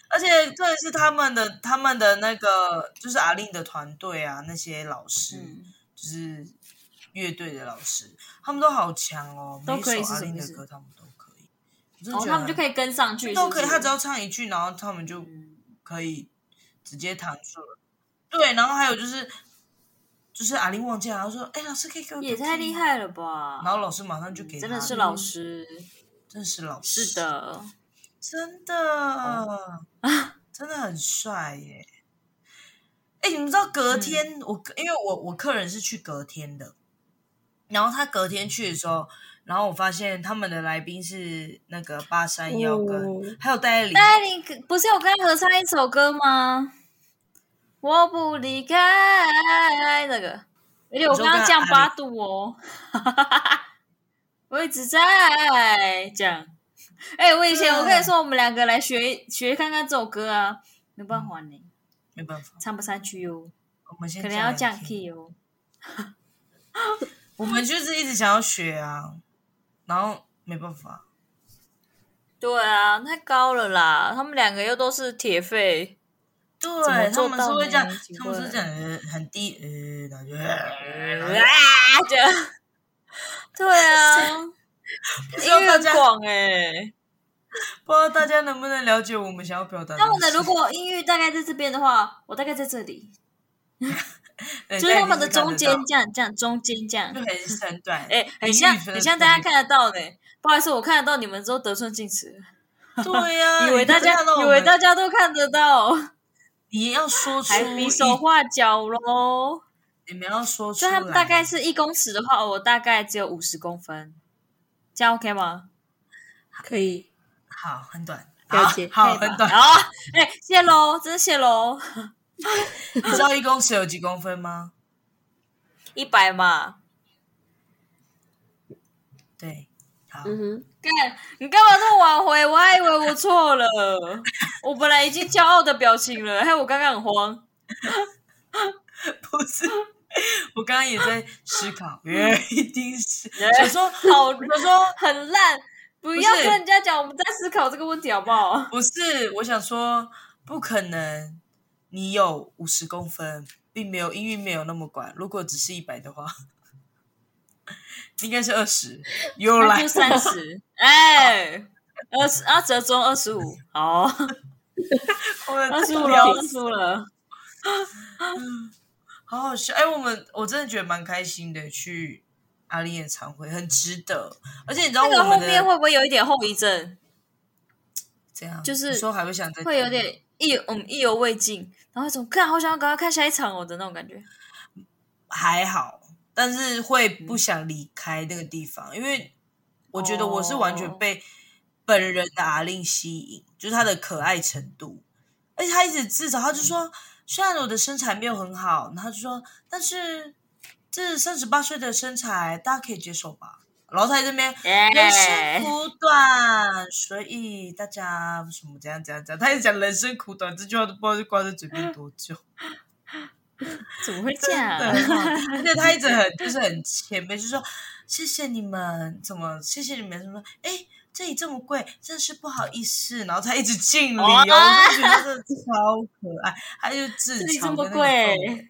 [SPEAKER 1] 而且这也是他们的他们的那个就是阿令的团队啊，那些老师，
[SPEAKER 3] 嗯，
[SPEAKER 1] 就是乐队的老师，他们都好强哦，
[SPEAKER 3] 都可以
[SPEAKER 1] 每一首
[SPEAKER 3] 是
[SPEAKER 1] 阿
[SPEAKER 3] 什么
[SPEAKER 1] 玲
[SPEAKER 3] 意
[SPEAKER 1] 的
[SPEAKER 3] 思
[SPEAKER 1] 歌他们都可以，我真
[SPEAKER 3] 然
[SPEAKER 1] 的觉
[SPEAKER 3] 后
[SPEAKER 1] 得
[SPEAKER 3] 他们就可
[SPEAKER 1] 以
[SPEAKER 3] 以跟上去，
[SPEAKER 1] 都可以，
[SPEAKER 3] 是不是
[SPEAKER 1] 他只要唱一句，然后他们就
[SPEAKER 3] 嗯
[SPEAKER 1] 可以直接弹出了。对，然后还有就是就是阿玲忘记了，然后说：“哎，老师可以给我
[SPEAKER 3] 也太厉。害了”吧！
[SPEAKER 1] 然后老师马上就给他，
[SPEAKER 3] 真的是老，师，
[SPEAKER 1] 真的是老师，
[SPEAKER 3] 是，的，
[SPEAKER 1] 嗯真的、哦真的很帅耶！哎，你们知道隔天、我因为我我客人是去隔天的，然后他隔天去的时候，然后我发现他们的来宾是那个八三幺跟、
[SPEAKER 2] 哦
[SPEAKER 1] 还有戴爱玲，
[SPEAKER 3] 但你不是有跟他合唱一首歌吗？我不离开那个，而且我刚刚降八度哦，我一直在讲。哎、我以前
[SPEAKER 1] 对
[SPEAKER 3] 我跟你说，我们两个来学学看看这首歌啊，没办法呢，
[SPEAKER 1] 没办法，嗯
[SPEAKER 3] 唱不上去哦，
[SPEAKER 1] 我们先
[SPEAKER 3] 可能要降
[SPEAKER 1] 来听
[SPEAKER 3] key 哦。
[SPEAKER 1] 我们就是一直想要学啊，然后没办法。
[SPEAKER 3] 对啊，太高了啦！他们两个又都是铁肺，
[SPEAKER 1] 对，他
[SPEAKER 3] 做
[SPEAKER 1] 们
[SPEAKER 3] 到
[SPEAKER 1] 是会
[SPEAKER 3] 呢
[SPEAKER 1] 这样，
[SPEAKER 3] 奇
[SPEAKER 1] 他们是
[SPEAKER 3] 怪
[SPEAKER 1] 这样呃很低，呃，然后就呃 然后就
[SPEAKER 3] 啊， 这样。对啊，
[SPEAKER 1] 不知道
[SPEAKER 3] 音乐
[SPEAKER 1] 大家
[SPEAKER 3] 很广哎、欸。
[SPEAKER 1] 不知道大家能不能了解我们想要表达的意思？
[SPEAKER 3] 他们的如果音域大概在这边的话，我大概在这里，
[SPEAKER 1] 对
[SPEAKER 3] 就是
[SPEAKER 1] 大家
[SPEAKER 3] 他们
[SPEAKER 1] 一
[SPEAKER 3] 的
[SPEAKER 1] 定是看
[SPEAKER 3] 中
[SPEAKER 1] 得
[SPEAKER 3] 间
[SPEAKER 1] 到
[SPEAKER 3] 这样这样，中间这样
[SPEAKER 1] 就，很 很短，
[SPEAKER 3] 哎、
[SPEAKER 1] 音域
[SPEAKER 3] 很像
[SPEAKER 1] 分得
[SPEAKER 3] 很像
[SPEAKER 1] 出
[SPEAKER 3] 大家
[SPEAKER 1] 来
[SPEAKER 3] 看得到的、不好意思，我看得到你们都得寸进尺，
[SPEAKER 1] 对呀、
[SPEAKER 3] 以为大家以为大
[SPEAKER 1] 家
[SPEAKER 3] 家都看得到，
[SPEAKER 1] 你要说出
[SPEAKER 3] 还比手
[SPEAKER 1] 一，
[SPEAKER 3] 画脚喽。
[SPEAKER 1] 你们要说出
[SPEAKER 3] 所
[SPEAKER 1] 来，
[SPEAKER 3] 以他们大概是一公尺的话，我大概只有五十公分，这样 OK 吗？
[SPEAKER 2] 可以
[SPEAKER 1] 好很短，
[SPEAKER 2] 了解
[SPEAKER 1] 好好
[SPEAKER 3] 可以吧
[SPEAKER 1] 很短。
[SPEAKER 3] 好，哎、谢喽，真的谢喽，
[SPEAKER 1] 你知道一公尺有几公分吗？
[SPEAKER 3] 一百嘛。
[SPEAKER 1] 对，好，
[SPEAKER 2] 嗯哼，
[SPEAKER 3] 干，你干嘛这么挽回？我还以为我错了，我本来已经骄傲的表情了，还有我刚刚很慌。
[SPEAKER 1] 不是。我刚刚也在思考，
[SPEAKER 3] 嗯
[SPEAKER 1] 原来一定是
[SPEAKER 3] 哎
[SPEAKER 1] 我说好，我说
[SPEAKER 3] 很烂，不
[SPEAKER 1] 是
[SPEAKER 3] 要跟人家讲我们在思考这个问题好不好？
[SPEAKER 1] 不是，我想说不可能，你有五十公分，并没有音域没有那么广。如果只是一百的话， 应该是二十。有
[SPEAKER 3] 那
[SPEAKER 1] 来
[SPEAKER 3] 就三十，哎，二十啊，折中二十五，好，二 十五了，二十五了。
[SPEAKER 1] 好好笑！哎、我们我真的觉得蛮开心的，去阿丽演唱会很值得。而且你知道
[SPEAKER 3] 那
[SPEAKER 1] 我
[SPEAKER 3] 个后
[SPEAKER 1] 们的
[SPEAKER 3] 面会不会有一点后遗症？
[SPEAKER 1] 怎样？
[SPEAKER 3] 就是
[SPEAKER 1] 你说还会想再
[SPEAKER 3] 会有点意犹嗯意犹未尽，然后一种看好想要赶快看下一场哦的那种感觉。
[SPEAKER 1] 还好，但是会
[SPEAKER 3] 嗯
[SPEAKER 1] 不想离开那个地方，因为我觉得我是完
[SPEAKER 3] 哦
[SPEAKER 1] 全被本人的阿令吸引，就是她的可爱程度，而且她一直自嘲，她就
[SPEAKER 3] 嗯
[SPEAKER 1] 说虽然我的身材没有很好，然后她就说但是这三十八岁的身材大家可以接受吧，然后她在这边。人生
[SPEAKER 3] 哎，
[SPEAKER 1] 苦短，所以大家什么怎样怎样怎样，她一直讲人生苦短这句话都不知道就挂在嘴边多久。
[SPEAKER 3] 怎么会这
[SPEAKER 1] 真
[SPEAKER 3] 样？
[SPEAKER 1] 的哈，而且他一直很就是很谦卑，就说谢谢你们，怎么谢谢你们什么？哎，这里这么贵，真是不好意思。然后他一直敬礼哦，我
[SPEAKER 3] 哇
[SPEAKER 1] 就觉得他真的超可爱，他就自
[SPEAKER 3] 这里
[SPEAKER 1] 嘲
[SPEAKER 3] 这么
[SPEAKER 1] 跟那个氛围，
[SPEAKER 3] 贵，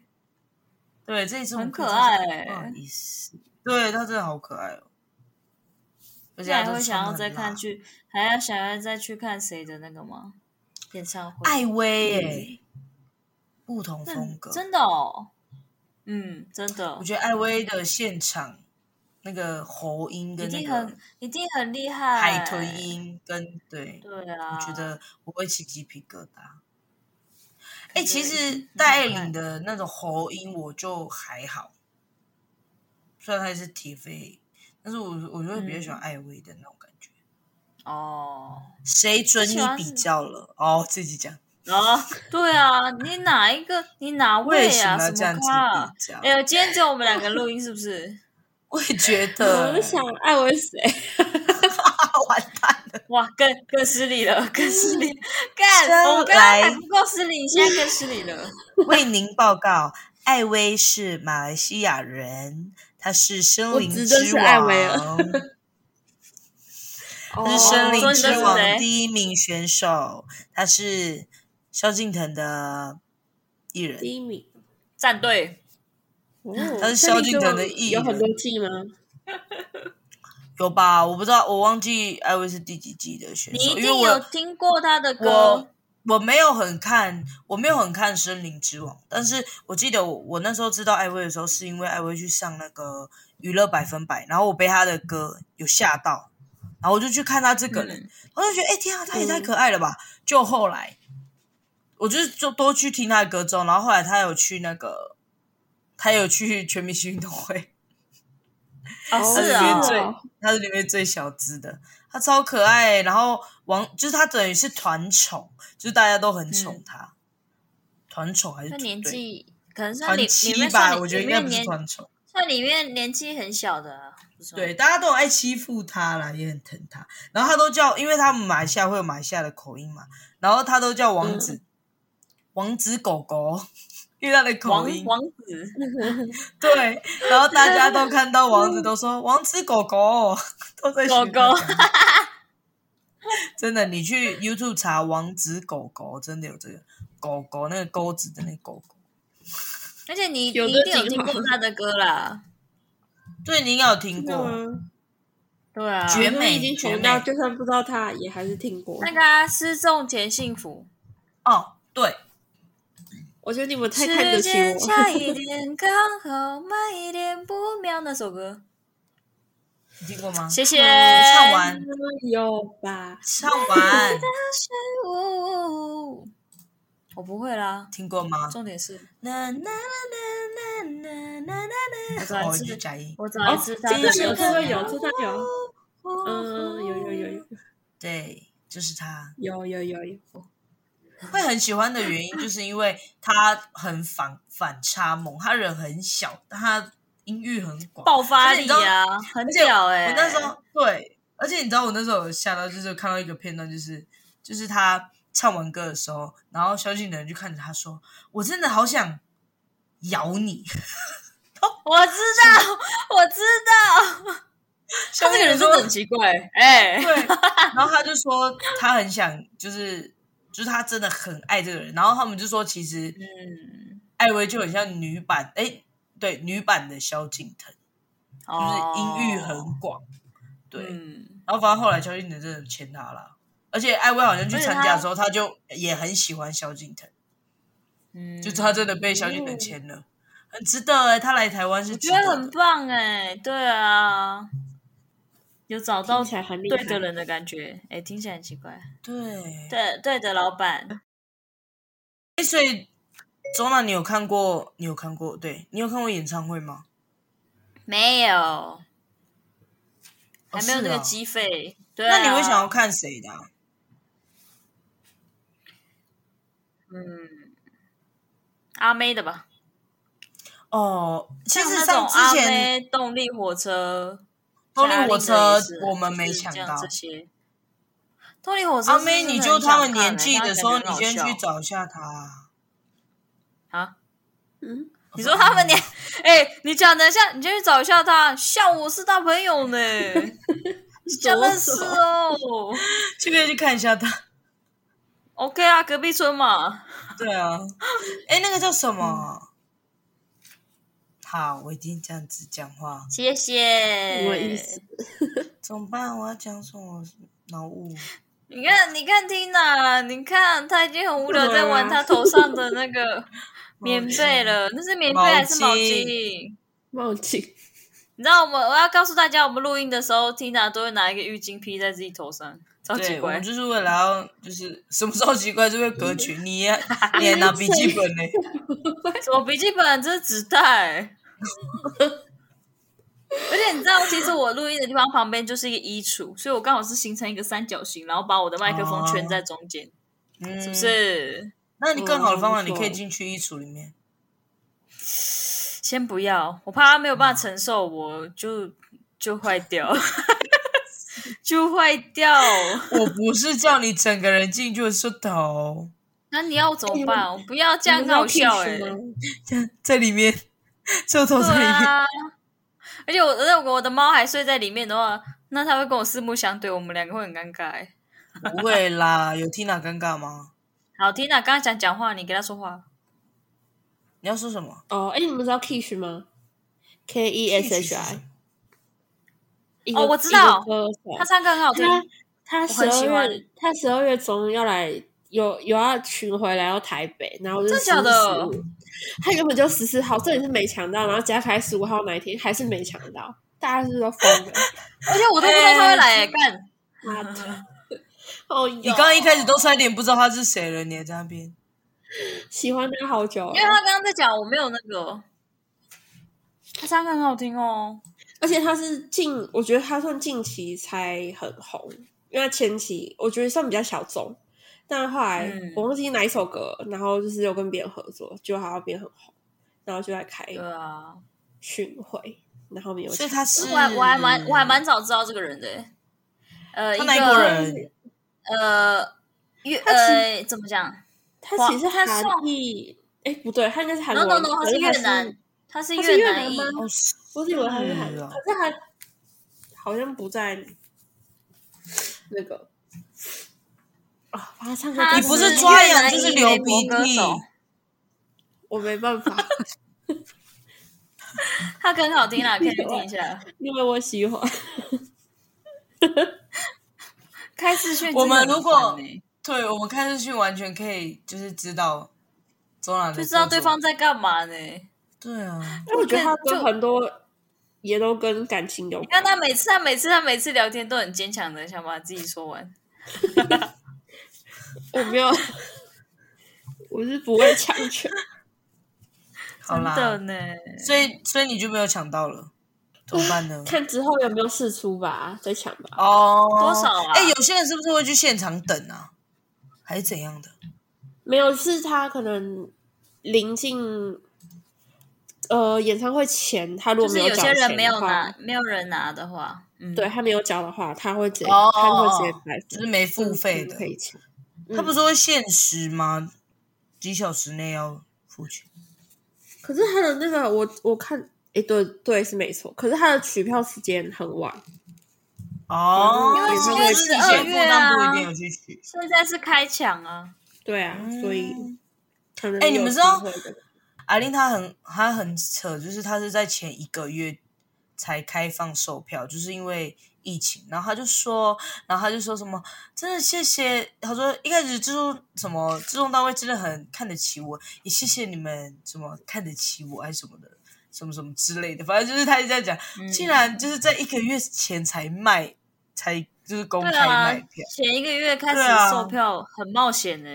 [SPEAKER 1] 对，这里这么
[SPEAKER 3] 很
[SPEAKER 1] 贵
[SPEAKER 3] 可
[SPEAKER 1] 真是
[SPEAKER 3] 爱
[SPEAKER 1] 不好意思，对他真的好可爱哦。而且
[SPEAKER 3] 那
[SPEAKER 1] 他
[SPEAKER 3] 还
[SPEAKER 1] 都
[SPEAKER 3] 会想
[SPEAKER 1] 穿
[SPEAKER 3] 要
[SPEAKER 1] 得
[SPEAKER 3] 再
[SPEAKER 1] 很辣
[SPEAKER 3] 看去，还要想要再去看谁的那个吗？演唱会？
[SPEAKER 1] 艾薇哎，不同风格，
[SPEAKER 3] 欸真的哦，嗯，真的
[SPEAKER 1] 我，觉得艾薇的现场那个喉音
[SPEAKER 3] 一
[SPEAKER 1] 跟那
[SPEAKER 3] 定
[SPEAKER 1] 个
[SPEAKER 3] 很一定很厉害，
[SPEAKER 1] 海豚，音跟对，
[SPEAKER 3] 对啊，
[SPEAKER 1] 我觉得我会起鸡皮疙瘩。哎、
[SPEAKER 3] 感觉
[SPEAKER 1] 其
[SPEAKER 3] 很
[SPEAKER 1] 实
[SPEAKER 3] 很
[SPEAKER 1] 戴爱
[SPEAKER 3] 可爱
[SPEAKER 1] 玲的那种喉音我就还好，虽然她也是铁肺，但是我我就会比较
[SPEAKER 3] 嗯
[SPEAKER 1] 喜欢艾薇的那种感觉。
[SPEAKER 3] 哦。
[SPEAKER 1] 谁准你
[SPEAKER 3] 喜欢
[SPEAKER 1] 比
[SPEAKER 3] 是
[SPEAKER 1] 较了？哦，自己讲，
[SPEAKER 3] 啊，对啊，你哪一个？你哪位
[SPEAKER 1] 为什
[SPEAKER 3] 啊？
[SPEAKER 1] 么要
[SPEAKER 3] 什
[SPEAKER 1] 这样子
[SPEAKER 3] 么咖啊？
[SPEAKER 1] 比较？
[SPEAKER 3] 哎呦，今天只有我们两个录音，是不是？
[SPEAKER 1] 我也 觉
[SPEAKER 2] 我
[SPEAKER 1] 得
[SPEAKER 2] 就想爱我是谁？
[SPEAKER 1] 完蛋了，
[SPEAKER 3] 哇，更更失礼了，更失 礼！干，我们刚刚还不够失礼，现在更失礼 了。
[SPEAKER 1] 为您报告，艾薇是马来西亚人，她是森
[SPEAKER 2] 我
[SPEAKER 1] 林
[SPEAKER 2] 指
[SPEAKER 1] 之
[SPEAKER 2] 的是艾薇尔
[SPEAKER 1] 王。
[SPEAKER 2] 哦
[SPEAKER 1] 他是森林
[SPEAKER 3] 说你
[SPEAKER 1] 之
[SPEAKER 3] 认识
[SPEAKER 1] 王
[SPEAKER 3] 谁
[SPEAKER 1] 第一名选手，他是萧敬腾的艺人，
[SPEAKER 2] 第一名。
[SPEAKER 3] 战队
[SPEAKER 2] 哦
[SPEAKER 1] 他是萧敬腾的
[SPEAKER 2] 森林之
[SPEAKER 1] 艺
[SPEAKER 2] 王有
[SPEAKER 1] 人
[SPEAKER 2] 很多季吗？
[SPEAKER 1] 有吧？我不知道，我忘记艾薇是第几季的选
[SPEAKER 3] 你
[SPEAKER 1] 手，因为
[SPEAKER 3] 一定有
[SPEAKER 1] 我
[SPEAKER 3] 听过他的歌
[SPEAKER 1] 我我没有很看，我没有很看《森林之王》，但是我记得我我那时候知道艾薇的时候，是因为艾薇去上那个娱乐百分百，然后我被她的歌有吓到，然后我就去看她这个人，我就觉得哎、天啊，她也太可爱了吧！就后来，我就是就多去听她的歌之后，然后后来她有去那个，她有去全明星运动会，
[SPEAKER 3] 哦，
[SPEAKER 2] 哦
[SPEAKER 3] 是
[SPEAKER 1] 里面
[SPEAKER 3] 啊，
[SPEAKER 1] 最她是里面最小资的，她超可爱、然后王就是她等于是团宠，就是大家都很宠她，团宠还是
[SPEAKER 3] 他
[SPEAKER 1] 团
[SPEAKER 3] 嗯年
[SPEAKER 1] 对
[SPEAKER 3] 纪可能算
[SPEAKER 1] 团
[SPEAKER 3] 里里
[SPEAKER 1] 七
[SPEAKER 3] 面
[SPEAKER 1] 吧？
[SPEAKER 3] 算
[SPEAKER 1] 我觉得
[SPEAKER 3] 里
[SPEAKER 1] 应该
[SPEAKER 3] 面
[SPEAKER 1] 不是
[SPEAKER 3] 年嗯
[SPEAKER 1] 团宠。
[SPEAKER 3] 算里面年纪很小的啊，不是吗
[SPEAKER 1] 对，大家都很爱欺负他啦，也很疼他。然后他都叫，因为他们马来西亚会有
[SPEAKER 3] 嗯
[SPEAKER 1] 马来西亚的口音嘛，然后他都叫王子、王子狗狗， 因为他的口
[SPEAKER 3] 王
[SPEAKER 1] 音，
[SPEAKER 3] 王子，
[SPEAKER 1] 对，然后大家都看到王子都说王子狗狗，都在学
[SPEAKER 3] 狗狗
[SPEAKER 1] 他讲真的，你去 YouTube 查王子狗狗，真的有这个狗狗那个钩子的那个狗狗。
[SPEAKER 3] 而且你你一
[SPEAKER 2] 有
[SPEAKER 3] 定
[SPEAKER 2] 的
[SPEAKER 3] 有
[SPEAKER 2] 挺
[SPEAKER 3] 听
[SPEAKER 2] 好
[SPEAKER 3] 过他的歌啦，
[SPEAKER 1] 对，你应该有听过，
[SPEAKER 3] 对啊，
[SPEAKER 1] 绝
[SPEAKER 2] 我
[SPEAKER 1] 美
[SPEAKER 2] 啊已经
[SPEAKER 1] 绝
[SPEAKER 2] 红
[SPEAKER 1] 美
[SPEAKER 2] 到，就算不知道他，也还是听过。
[SPEAKER 3] 那个啊失重前幸 福，
[SPEAKER 1] 哦，对，
[SPEAKER 2] 我觉得你们太看得
[SPEAKER 3] 时
[SPEAKER 2] 起
[SPEAKER 3] 间
[SPEAKER 2] 我。
[SPEAKER 3] 差 一点，刚好慢一点不妙那首歌，
[SPEAKER 1] 你听过吗？
[SPEAKER 3] 谢谢。
[SPEAKER 1] 唱完，
[SPEAKER 2] 有吧？
[SPEAKER 1] 唱完，
[SPEAKER 3] 呜哦我不会啦，
[SPEAKER 1] 听过吗？
[SPEAKER 3] 重点是
[SPEAKER 1] 啦啦啦啦啦啦啦
[SPEAKER 3] 我
[SPEAKER 1] 啦
[SPEAKER 3] 找来
[SPEAKER 1] 啦！哦，
[SPEAKER 3] 吃
[SPEAKER 1] 就假音。
[SPEAKER 3] 我找
[SPEAKER 2] 哦，
[SPEAKER 3] 一次他
[SPEAKER 2] 这
[SPEAKER 3] 的
[SPEAKER 1] 首
[SPEAKER 2] 这首
[SPEAKER 1] 歌
[SPEAKER 2] 歌
[SPEAKER 1] 有
[SPEAKER 2] 有，这段有，嗯，有有有有
[SPEAKER 1] 对，就是他。
[SPEAKER 2] 有有有有。
[SPEAKER 1] 会很喜欢的原因，就是因为他很反反差萌，他人很小，但他音域很广。
[SPEAKER 3] 爆发力啊，很
[SPEAKER 1] 而且
[SPEAKER 3] 屌哎、
[SPEAKER 1] 我那时候对，而且你知道我那时候有吓到，就是看到一个片段，就是就是他唱完歌的时候，然后萧敬腾就看着他说：“我真的好想咬你。
[SPEAKER 3] 我知道，我知道，”
[SPEAKER 1] 萧敬腾说：“
[SPEAKER 3] 奇怪哎、
[SPEAKER 1] 对，然后他就说他很想，就是就是他真的很爱这个人。然后他们就说，其实
[SPEAKER 3] 嗯，
[SPEAKER 1] 艾薇就很像女版，哎，对，女版的萧敬腾，哎就是音域很广。对，
[SPEAKER 3] 哦嗯，
[SPEAKER 1] 然后反正后来萧敬腾真的签他了，而且艾薇好像去参加的时候，他就也很喜欢萧敬腾，
[SPEAKER 3] 嗯
[SPEAKER 1] 就是他真的被萧敬腾签了，很值得哎、他来台湾是
[SPEAKER 3] 我
[SPEAKER 1] 值
[SPEAKER 3] 觉得
[SPEAKER 1] 得
[SPEAKER 3] 很
[SPEAKER 1] 的。
[SPEAKER 3] 棒哎、对啊，有找到
[SPEAKER 2] 听起来很厉害
[SPEAKER 3] 对的人的感觉，哎、听起来很奇怪，
[SPEAKER 1] 对，
[SPEAKER 3] 对对的老板，
[SPEAKER 1] 哎，所以周娜，你有看过？你有看过？对你有看过演唱会吗？
[SPEAKER 3] 没有，
[SPEAKER 1] 哦
[SPEAKER 3] 还没有这
[SPEAKER 1] 是
[SPEAKER 3] 个
[SPEAKER 1] 哦
[SPEAKER 3] 机费，对、啊，
[SPEAKER 1] 那你会想要看谁的啊、
[SPEAKER 3] 嗯，阿妹的吧？
[SPEAKER 1] 哦，其
[SPEAKER 3] 像
[SPEAKER 1] 实
[SPEAKER 3] 那
[SPEAKER 1] 上
[SPEAKER 3] 种
[SPEAKER 1] 之
[SPEAKER 3] 阿
[SPEAKER 1] 前
[SPEAKER 3] 妹动力火车，
[SPEAKER 1] 动力火车我们
[SPEAKER 3] 就是
[SPEAKER 1] 没抢
[SPEAKER 3] 这样
[SPEAKER 1] 到
[SPEAKER 3] 这些。动力火车
[SPEAKER 1] 阿
[SPEAKER 3] 是
[SPEAKER 1] 妹，
[SPEAKER 3] 真的
[SPEAKER 1] 你
[SPEAKER 3] 很
[SPEAKER 1] 就他们
[SPEAKER 3] 想看
[SPEAKER 1] 年纪
[SPEAKER 3] 欸
[SPEAKER 1] 的时候，你
[SPEAKER 3] 他们感
[SPEAKER 1] 先
[SPEAKER 3] 觉很
[SPEAKER 1] 去
[SPEAKER 3] 好
[SPEAKER 1] 找一下他啊。
[SPEAKER 3] 笑啊！
[SPEAKER 2] 嗯，
[SPEAKER 3] 你说他们年，哎、你讲的像，你先去找一下他，笑我是他朋 友呢，真的是哦。
[SPEAKER 1] 这个去看一下他。
[SPEAKER 3] OK 啊，隔壁村嘛，
[SPEAKER 1] 对啊，哎，那个叫什
[SPEAKER 3] 嗯
[SPEAKER 1] 么？好，我已经这样子讲话，
[SPEAKER 3] 谢谢。
[SPEAKER 2] 我意思。
[SPEAKER 1] 怎么办？我要讲什么？脑雾。
[SPEAKER 3] 你看，你看 Tina，你看他已经很无聊，
[SPEAKER 1] 啊
[SPEAKER 3] 在玩他头上的那个棉被了，那是棉被还是毛
[SPEAKER 1] 毛
[SPEAKER 3] 巾
[SPEAKER 1] 巾？
[SPEAKER 2] 冒进，
[SPEAKER 3] 你知道我们我要告诉大家，我们录音的时候，Tina 都会拿一个浴巾披在自己头上，超奇
[SPEAKER 1] 对，我
[SPEAKER 3] 怪
[SPEAKER 1] 们。就是为了要，就是什么时候奇怪就会歌 曲，你也你还拿笔记本呢、
[SPEAKER 3] 什么笔记本？这是纸袋。而且你知道，其实我录音的地方旁边就是一个衣橱，所以我刚好是形成一个三角形，然后把我的麦克风圈在中间，
[SPEAKER 1] 嗯，
[SPEAKER 3] 是不？是？
[SPEAKER 1] 那你更好的方法，
[SPEAKER 2] 嗯
[SPEAKER 1] 你
[SPEAKER 2] 不错
[SPEAKER 1] 可以进去衣橱里面。
[SPEAKER 3] 先不要，我怕他没有办法承受，我就就坏掉， 就坏掉。
[SPEAKER 1] 我不是叫你整个人进去，我是说头
[SPEAKER 3] 那你要我怎么办？我不要这
[SPEAKER 2] 这
[SPEAKER 3] 样，很好笑哎、
[SPEAKER 2] 哎、
[SPEAKER 1] 在里 面，只有头在
[SPEAKER 3] 对
[SPEAKER 1] 里面。
[SPEAKER 3] 啊，而且我而且我的猫还睡在里面的话，那它会跟我四目相对，我们两个会很尴尬、欸。
[SPEAKER 1] 不会啦，有 Tina 尴尬吗？
[SPEAKER 3] 好，Tina 刚刚想讲话，你给他说话。
[SPEAKER 1] 你要说什么
[SPEAKER 2] 哦，哎、你们知道 Kish 吗？K E S H I。一个
[SPEAKER 3] 哦我知道
[SPEAKER 2] 一个歌手
[SPEAKER 3] 他唱歌很好听，
[SPEAKER 2] 他他
[SPEAKER 3] 哦我
[SPEAKER 2] 十
[SPEAKER 3] 很喜
[SPEAKER 2] 二
[SPEAKER 3] 欢
[SPEAKER 2] 月，他十二月中要来，有有要巡回来到台北，然后就是
[SPEAKER 3] 真的假的
[SPEAKER 2] 15他原本就十四号，这里是没抢到，然后加开十五号那一天还是没抢到，大家是不是都疯 了？
[SPEAKER 3] 而且我都不知道他会来、欸，干、
[SPEAKER 2] 妈 的！哦，
[SPEAKER 1] 你刚刚一开始都差一点不知道他是谁了，你还在那边。
[SPEAKER 2] 喜欢他好久了
[SPEAKER 3] 因为，他刚刚在讲我没有那个，他唱歌很好听哦。
[SPEAKER 2] 而且他是近，我觉得他算近期才很红，因为他前期我觉得算比较小众，但后来、
[SPEAKER 3] 嗯
[SPEAKER 2] 我忘记哪一首歌，然后就是有跟别人合作，就好像变很红，然后就来开
[SPEAKER 3] 对啊，
[SPEAKER 2] 巡回，然后没有
[SPEAKER 1] 所以他是
[SPEAKER 3] 我还我还蛮我还蛮早知道这个人的欸、呃，
[SPEAKER 1] 他
[SPEAKER 3] 一
[SPEAKER 1] 哪国
[SPEAKER 3] 个
[SPEAKER 1] 人？
[SPEAKER 3] 呃，越
[SPEAKER 2] 他其
[SPEAKER 3] 呃怎么讲？
[SPEAKER 2] 他其实
[SPEAKER 3] 他
[SPEAKER 2] 韩
[SPEAKER 3] 送
[SPEAKER 2] 裔，哎、哎，不对，它应该是韩国
[SPEAKER 3] no
[SPEAKER 2] 人
[SPEAKER 3] no no，它
[SPEAKER 2] 可是
[SPEAKER 3] 是
[SPEAKER 2] 它
[SPEAKER 3] 越南，它是
[SPEAKER 2] 它是越
[SPEAKER 3] 南
[SPEAKER 2] 南
[SPEAKER 3] 裔
[SPEAKER 2] 吗，？
[SPEAKER 1] 哦，是
[SPEAKER 2] 我以为它是韩，
[SPEAKER 1] 哦
[SPEAKER 2] 可是它好像不在 那个啊，把它 唱歌
[SPEAKER 3] 它
[SPEAKER 1] 你
[SPEAKER 2] 真
[SPEAKER 1] 不
[SPEAKER 2] 的
[SPEAKER 1] 是抓痒
[SPEAKER 3] 越南
[SPEAKER 1] 就是
[SPEAKER 3] 裔
[SPEAKER 1] 流
[SPEAKER 3] 美国
[SPEAKER 1] 鼻
[SPEAKER 3] 歌
[SPEAKER 1] 涕
[SPEAKER 3] 手
[SPEAKER 2] 我没办 法，
[SPEAKER 3] 它歌很好听啦，可以去听 一下。
[SPEAKER 2] 因为我喜 欢。
[SPEAKER 3] 开视讯
[SPEAKER 1] 我们
[SPEAKER 3] 真的
[SPEAKER 1] 如
[SPEAKER 3] 很
[SPEAKER 1] 果
[SPEAKER 3] 烦欸
[SPEAKER 1] 对，我们看上去完全可以，就是知道走哪里，
[SPEAKER 3] 就知道对方。在干嘛呢？
[SPEAKER 1] 对啊，
[SPEAKER 2] 但我觉得他
[SPEAKER 3] 就
[SPEAKER 2] 跟很多也都跟感情有
[SPEAKER 3] 你看他每次，他每次，他每次聊天都很坚强的，想把自己说完。
[SPEAKER 2] 我没有，我是不会强求。
[SPEAKER 1] 好
[SPEAKER 3] 真
[SPEAKER 1] 啦，
[SPEAKER 3] 的呢，
[SPEAKER 1] 所以所以你就没有抢到了，怎么 办呢？
[SPEAKER 2] 看之后有没有试出吧，再抢吧。
[SPEAKER 1] 哦，
[SPEAKER 3] 多少啊
[SPEAKER 1] 哎、有些人是不是会去现场等啊，还是怎样的？
[SPEAKER 2] 没有，是他可能临近呃演唱会前，他如
[SPEAKER 3] 就
[SPEAKER 2] 果
[SPEAKER 3] 是
[SPEAKER 2] 没
[SPEAKER 3] 有
[SPEAKER 2] 缴
[SPEAKER 3] 些人
[SPEAKER 2] 钱
[SPEAKER 3] 没
[SPEAKER 2] 的
[SPEAKER 3] 有
[SPEAKER 2] 话
[SPEAKER 3] 拿，，没有人拿的话，嗯，
[SPEAKER 2] 对，他没有缴的话，他会直接、
[SPEAKER 1] 哦
[SPEAKER 2] 他会直接白
[SPEAKER 1] 就
[SPEAKER 2] 付
[SPEAKER 1] 是没
[SPEAKER 3] 嗯
[SPEAKER 1] 付费的
[SPEAKER 2] 可，以抢。
[SPEAKER 1] 他不是说限时吗？几小时内要付钱？
[SPEAKER 2] 可是他的那个我我看。诶，对对是没错，可是他的取票时间很晚，
[SPEAKER 1] 哦，
[SPEAKER 3] 嗯
[SPEAKER 2] 因为
[SPEAKER 1] 如
[SPEAKER 2] 因
[SPEAKER 1] 果
[SPEAKER 2] 为
[SPEAKER 1] 是
[SPEAKER 2] 是
[SPEAKER 1] 以
[SPEAKER 2] 二
[SPEAKER 1] 前付，
[SPEAKER 3] 月
[SPEAKER 1] 那
[SPEAKER 3] 啊
[SPEAKER 1] 不一定有去取。
[SPEAKER 3] 现在是开抢啊，
[SPEAKER 2] 对啊，所以可能
[SPEAKER 1] 嗯诶你
[SPEAKER 2] 有
[SPEAKER 1] 们知
[SPEAKER 2] 机
[SPEAKER 1] 道
[SPEAKER 2] 会的
[SPEAKER 1] 阿令她很她很扯，就是她是在前一个月才开放售票，就是因为疫情，然后她就说，然后她就说什么真的谢谢，她说一开始制作什么制作单位真的很看得起我，也谢谢你们什么看得起我还是什么的。什么什么之类的，反正就是她一直在讲，
[SPEAKER 3] 嗯
[SPEAKER 1] 竟然就是在一个月前才卖，才就是公
[SPEAKER 3] 对
[SPEAKER 1] 开
[SPEAKER 3] 啊
[SPEAKER 1] 卖票，，
[SPEAKER 3] 前一个月开
[SPEAKER 1] 对啊
[SPEAKER 3] 始售票很冒险呢、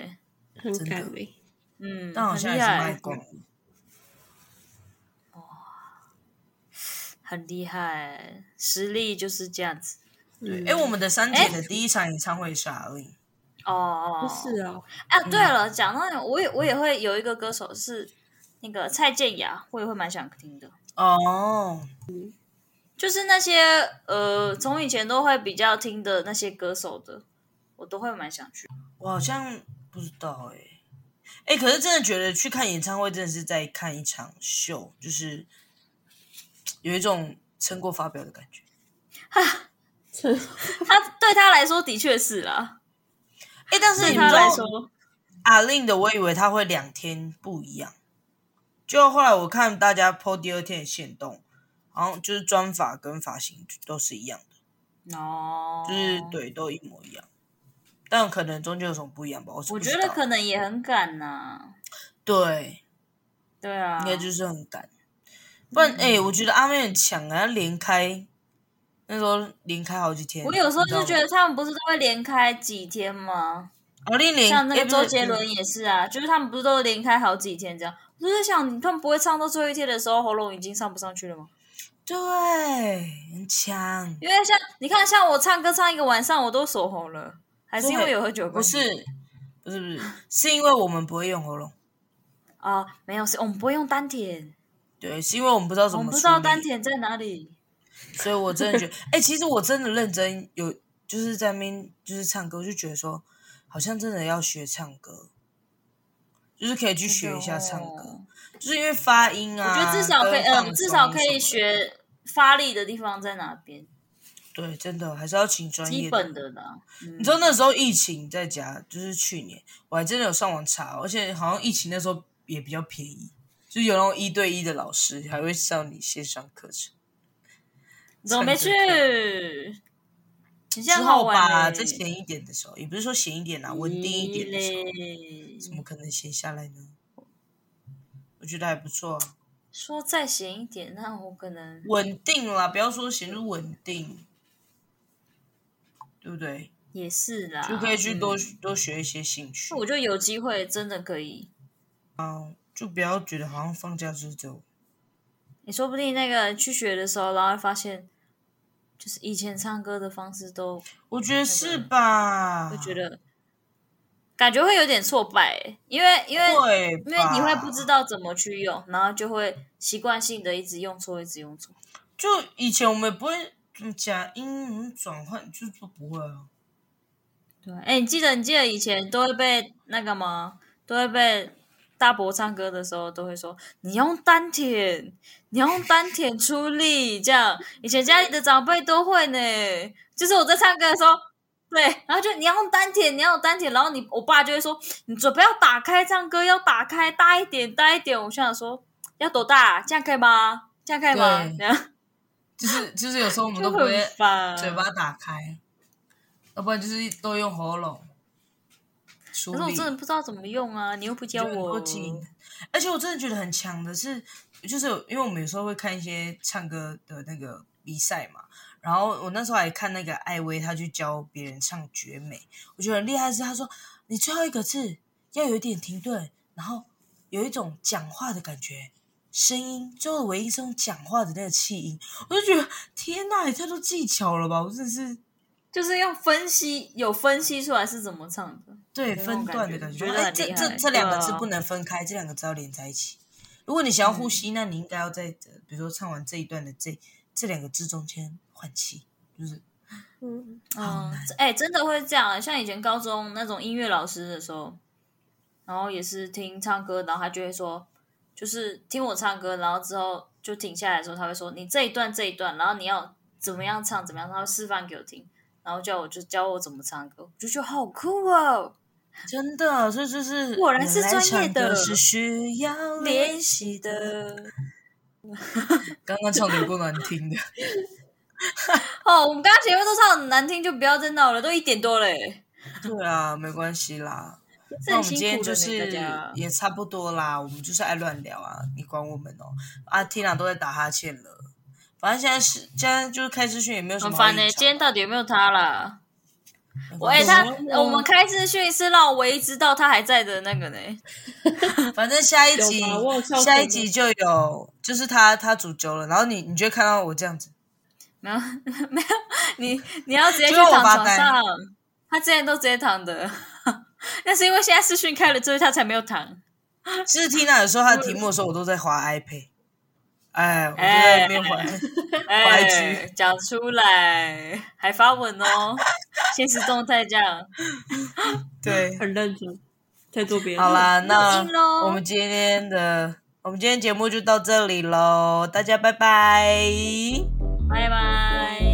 [SPEAKER 2] 很欸
[SPEAKER 1] 真的
[SPEAKER 2] 感人。
[SPEAKER 3] 嗯，
[SPEAKER 1] 但好像
[SPEAKER 3] 很
[SPEAKER 1] 还
[SPEAKER 3] 厉
[SPEAKER 1] 是卖
[SPEAKER 3] 害，
[SPEAKER 1] 光了。
[SPEAKER 3] 很厉害，实力就是这样子。
[SPEAKER 1] 对，
[SPEAKER 2] 嗯
[SPEAKER 1] 哎，我们的三姐的第一场演唱会是阿令，
[SPEAKER 3] 哦，
[SPEAKER 2] 不是啊，
[SPEAKER 3] 啊，对
[SPEAKER 1] 嗯
[SPEAKER 3] 了，讲到那个我也我也会有一个歌手是那个蔡健雅，我也会蛮想听的。
[SPEAKER 1] 哦，
[SPEAKER 3] 就是那些呃，从以前都会比较听的那些歌手的，我都会蛮想去。
[SPEAKER 1] 我好像不知道哎、欸，哎、可是真的觉得去看演唱会真的是在看一场秀，就是有一种撑过发表的感觉。
[SPEAKER 2] 真
[SPEAKER 3] 他对他来说的确是啦，
[SPEAKER 1] 哎、但是
[SPEAKER 3] 对
[SPEAKER 1] 你们
[SPEAKER 3] 他
[SPEAKER 1] 知
[SPEAKER 3] 来
[SPEAKER 1] 道
[SPEAKER 3] 说，
[SPEAKER 1] 阿令的，我以为他会两天不一样，就后来我看大家 PO 第二天的限动，好像就是妆发跟发型都是一样的，
[SPEAKER 3] 哦，
[SPEAKER 1] 就是，对，都一模一样。但可能中间有什么不一样吧？我是
[SPEAKER 3] 我
[SPEAKER 1] 不
[SPEAKER 3] 觉
[SPEAKER 1] 知
[SPEAKER 3] 得
[SPEAKER 1] 道
[SPEAKER 3] 可能也很赶呐、
[SPEAKER 1] 对，
[SPEAKER 3] 对啊，
[SPEAKER 1] 应该就是很赶。不然，哎、我觉得阿妹很强啊，她连开那时候连开好几天。
[SPEAKER 3] 我有时候
[SPEAKER 1] 你知道
[SPEAKER 3] 就
[SPEAKER 1] 吗
[SPEAKER 3] 觉得他们不是都会连开几天吗？
[SPEAKER 1] 阿令连
[SPEAKER 3] 像那
[SPEAKER 1] 哎
[SPEAKER 3] 个
[SPEAKER 1] 不
[SPEAKER 3] 周
[SPEAKER 1] 是
[SPEAKER 3] 杰伦
[SPEAKER 1] 嗯
[SPEAKER 3] 也是啊，就是他们不是都连开好几天这样？我就在想，他们不会唱到最后一天的时候，喉咙已经上不上去了吗？
[SPEAKER 1] 对很强，
[SPEAKER 3] 因为像你看，像我唱歌唱一个晚上，我都锁喉了，还是因为
[SPEAKER 1] 对
[SPEAKER 3] 有喝酒的
[SPEAKER 1] 不
[SPEAKER 3] 关系？
[SPEAKER 1] 是不是不是，是因为我们不会用喉咙，
[SPEAKER 3] 啊、没有，是我们不会用丹田，
[SPEAKER 1] 对，是因为我们不知道怎
[SPEAKER 3] 我
[SPEAKER 1] 么
[SPEAKER 3] 们
[SPEAKER 1] 处
[SPEAKER 3] 不
[SPEAKER 1] 理，
[SPEAKER 3] 知道丹田在哪里。
[SPEAKER 1] 所以我真的 觉得，哎、其实我真的认真有就是在那边就是唱歌，我就觉得说好像真的要学唱歌。就是可以去学一下唱歌，就是因为发音
[SPEAKER 3] 哦我
[SPEAKER 1] 啊，
[SPEAKER 3] 觉得至少可以，
[SPEAKER 1] 跟放
[SPEAKER 3] 呃，至少
[SPEAKER 1] 松
[SPEAKER 3] 可
[SPEAKER 1] 什么
[SPEAKER 3] 以
[SPEAKER 1] 的
[SPEAKER 3] 学发力的地方在哪边，
[SPEAKER 1] 对，真的还是要请专业
[SPEAKER 3] 基
[SPEAKER 1] 的。
[SPEAKER 3] 本的啦。嗯
[SPEAKER 1] 你知道那时候疫情在家，就是去年，我还真的有上网查，而且好像疫情那时候也比较便宜，就是有那种一对一的老师还会上你线上课程。
[SPEAKER 3] 你怎么没去
[SPEAKER 1] 趁这个？
[SPEAKER 3] 你这
[SPEAKER 1] 之
[SPEAKER 3] 样好
[SPEAKER 1] 后
[SPEAKER 3] 玩
[SPEAKER 1] 吧，
[SPEAKER 3] 欸嗯
[SPEAKER 1] 再闲一点的时候，也不是说闲一点啦，稳定一点的时候，
[SPEAKER 3] 咦
[SPEAKER 1] 怎
[SPEAKER 3] 嘞
[SPEAKER 1] 么可能闲下来呢？我觉得还不错啊，
[SPEAKER 3] 说再闲一点，那我可能
[SPEAKER 1] 稳定啦，不要说闲，就是稳定，对不对？
[SPEAKER 3] 也是啦，
[SPEAKER 1] 就可以去多、
[SPEAKER 3] 嗯
[SPEAKER 1] 多学一些兴趣。
[SPEAKER 3] 我就有机会，真的可以。
[SPEAKER 1] 啊，就不要觉得好像放假就是只有
[SPEAKER 3] 你说不定那个去学的时候，然后发现，就是以前唱歌的方式都
[SPEAKER 1] 我觉得是吧？
[SPEAKER 3] 会觉得，感觉会有点挫败欸，因为因为
[SPEAKER 1] 会吧，
[SPEAKER 3] 因为你会不知道怎么去用，然后就会习惯性的一直用错，一直用错。
[SPEAKER 1] 就以前我们不会怎么讲英文转换，就是说不会啊。
[SPEAKER 3] 啊对，哎，你记得你记得以前都会被那个吗？都会被大伯唱歌的时候都会说：“你要用丹田，你要用丹田出力。”这样，以前家里的长辈都会呢。就是我在唱歌的时候，对，然后就你要用丹田，你要用丹田，然后你我爸就会说：“你嘴巴要打开，唱歌要打开，大一点，大一点。”我想说要多大，这样可以吗？这样可以吗？
[SPEAKER 1] 对
[SPEAKER 3] 这样
[SPEAKER 1] 就是就是有时候我们
[SPEAKER 3] 就
[SPEAKER 1] 都不会
[SPEAKER 3] 很嗯烦。
[SPEAKER 1] 嘴巴打开，要不然就是都用喉咙处
[SPEAKER 3] 可是我
[SPEAKER 1] 理
[SPEAKER 3] 真。的不知道怎么用啊，你又不教
[SPEAKER 1] 就很多
[SPEAKER 3] 我。
[SPEAKER 1] 技而且我真的觉得很强的是，就是因为我们有时候会看一些唱歌的那个比赛嘛，然后我那时候还看那个艾薇，她去教别人唱绝美，我觉得很厉害的是她说你最后一个字要有一点停顿，然后有一种讲话的感觉。声音最后的尾音是用讲话的那个气音，我就觉得天呐，也太多技巧了吧！我真的是
[SPEAKER 3] 就是要分析，有分析出来是怎么唱的。
[SPEAKER 1] 对
[SPEAKER 3] 那
[SPEAKER 1] 分
[SPEAKER 3] 种
[SPEAKER 1] 段的
[SPEAKER 3] 感
[SPEAKER 1] 感
[SPEAKER 3] 觉觉
[SPEAKER 1] 觉。
[SPEAKER 3] 得
[SPEAKER 1] 哎，
[SPEAKER 3] 很
[SPEAKER 1] 这
[SPEAKER 3] 厉
[SPEAKER 1] 这
[SPEAKER 3] 害
[SPEAKER 1] 这两个
[SPEAKER 3] 对啊
[SPEAKER 1] 字不能分开，这两个字要连在一起。如果你想要呼
[SPEAKER 3] 嗯
[SPEAKER 1] 吸，那你应该要在呃比如说唱完这一段的这这两个字中间换气，就是
[SPEAKER 3] 啊
[SPEAKER 2] 嗯，
[SPEAKER 1] 好
[SPEAKER 3] 嗯
[SPEAKER 1] 难，
[SPEAKER 3] 哎、真的会这样、像以前高中那种音乐老师的时候，然后也是听唱歌，然后他就会说，就是听我唱歌，然后之后就停下来的时候，他会说你这一段这一段，然后你要怎么样唱怎么样唱，他会示范给我听，然后叫我就教我怎么唱歌，我就觉得好酷哦。
[SPEAKER 1] 真的，所以就是
[SPEAKER 3] 果然是
[SPEAKER 1] 原来
[SPEAKER 3] 专业
[SPEAKER 1] 唱歌
[SPEAKER 3] 的
[SPEAKER 1] 是需要练
[SPEAKER 3] 练
[SPEAKER 1] 习。
[SPEAKER 3] 习的
[SPEAKER 1] 刚刚唱的有够难听 的，
[SPEAKER 3] 哦，我们刚刚前面都唱得很难听，就不要再闹了，都一点多了耶、
[SPEAKER 1] 对啊，没关系 啦。
[SPEAKER 3] 这
[SPEAKER 1] 那我
[SPEAKER 3] 很
[SPEAKER 1] 们
[SPEAKER 3] 辛
[SPEAKER 1] 今
[SPEAKER 3] 苦的
[SPEAKER 1] 天
[SPEAKER 3] 呢
[SPEAKER 1] 就是
[SPEAKER 3] 大家
[SPEAKER 1] 也差不多啦，我们就是爱乱聊啊，你管我们哦。啊，Tina 都在打哈欠了，反正现在是现在就是开资讯也没有什
[SPEAKER 3] 很
[SPEAKER 1] 么好
[SPEAKER 3] 烦
[SPEAKER 1] 隐
[SPEAKER 3] 呢、
[SPEAKER 1] 藏
[SPEAKER 3] 今天到底有没有他啦？
[SPEAKER 1] 没
[SPEAKER 3] 我
[SPEAKER 1] 关
[SPEAKER 3] 哎、
[SPEAKER 1] 系
[SPEAKER 3] 他我们开资讯是让维知道他还在的那个呢。
[SPEAKER 1] 反正下一集
[SPEAKER 2] 有吧我有笑
[SPEAKER 1] 下一
[SPEAKER 2] 声
[SPEAKER 1] 集就有，就是他他主揪了，然后你你就会看到我这样子，
[SPEAKER 3] 没有 没有，你你要直接去
[SPEAKER 1] 就是我
[SPEAKER 3] 躺
[SPEAKER 1] 发
[SPEAKER 3] 床
[SPEAKER 1] 呆
[SPEAKER 3] 上，他之前都直接躺的， 那是因为现在视讯开了之后他才没有躺。
[SPEAKER 1] 其实 Tina 有时候他的题目的时候，我都在滑 iPad，哎，我就在那边滑，
[SPEAKER 3] 哎、
[SPEAKER 1] IG
[SPEAKER 3] 讲出来还发文哦，现实动态这样。
[SPEAKER 1] 对，
[SPEAKER 2] 很认真在做别的。
[SPEAKER 1] 好，啦，那
[SPEAKER 3] 那录音咯
[SPEAKER 1] 我们今天的我们今天节目就到这里喽，大家拜拜。
[SPEAKER 3] 拜拜。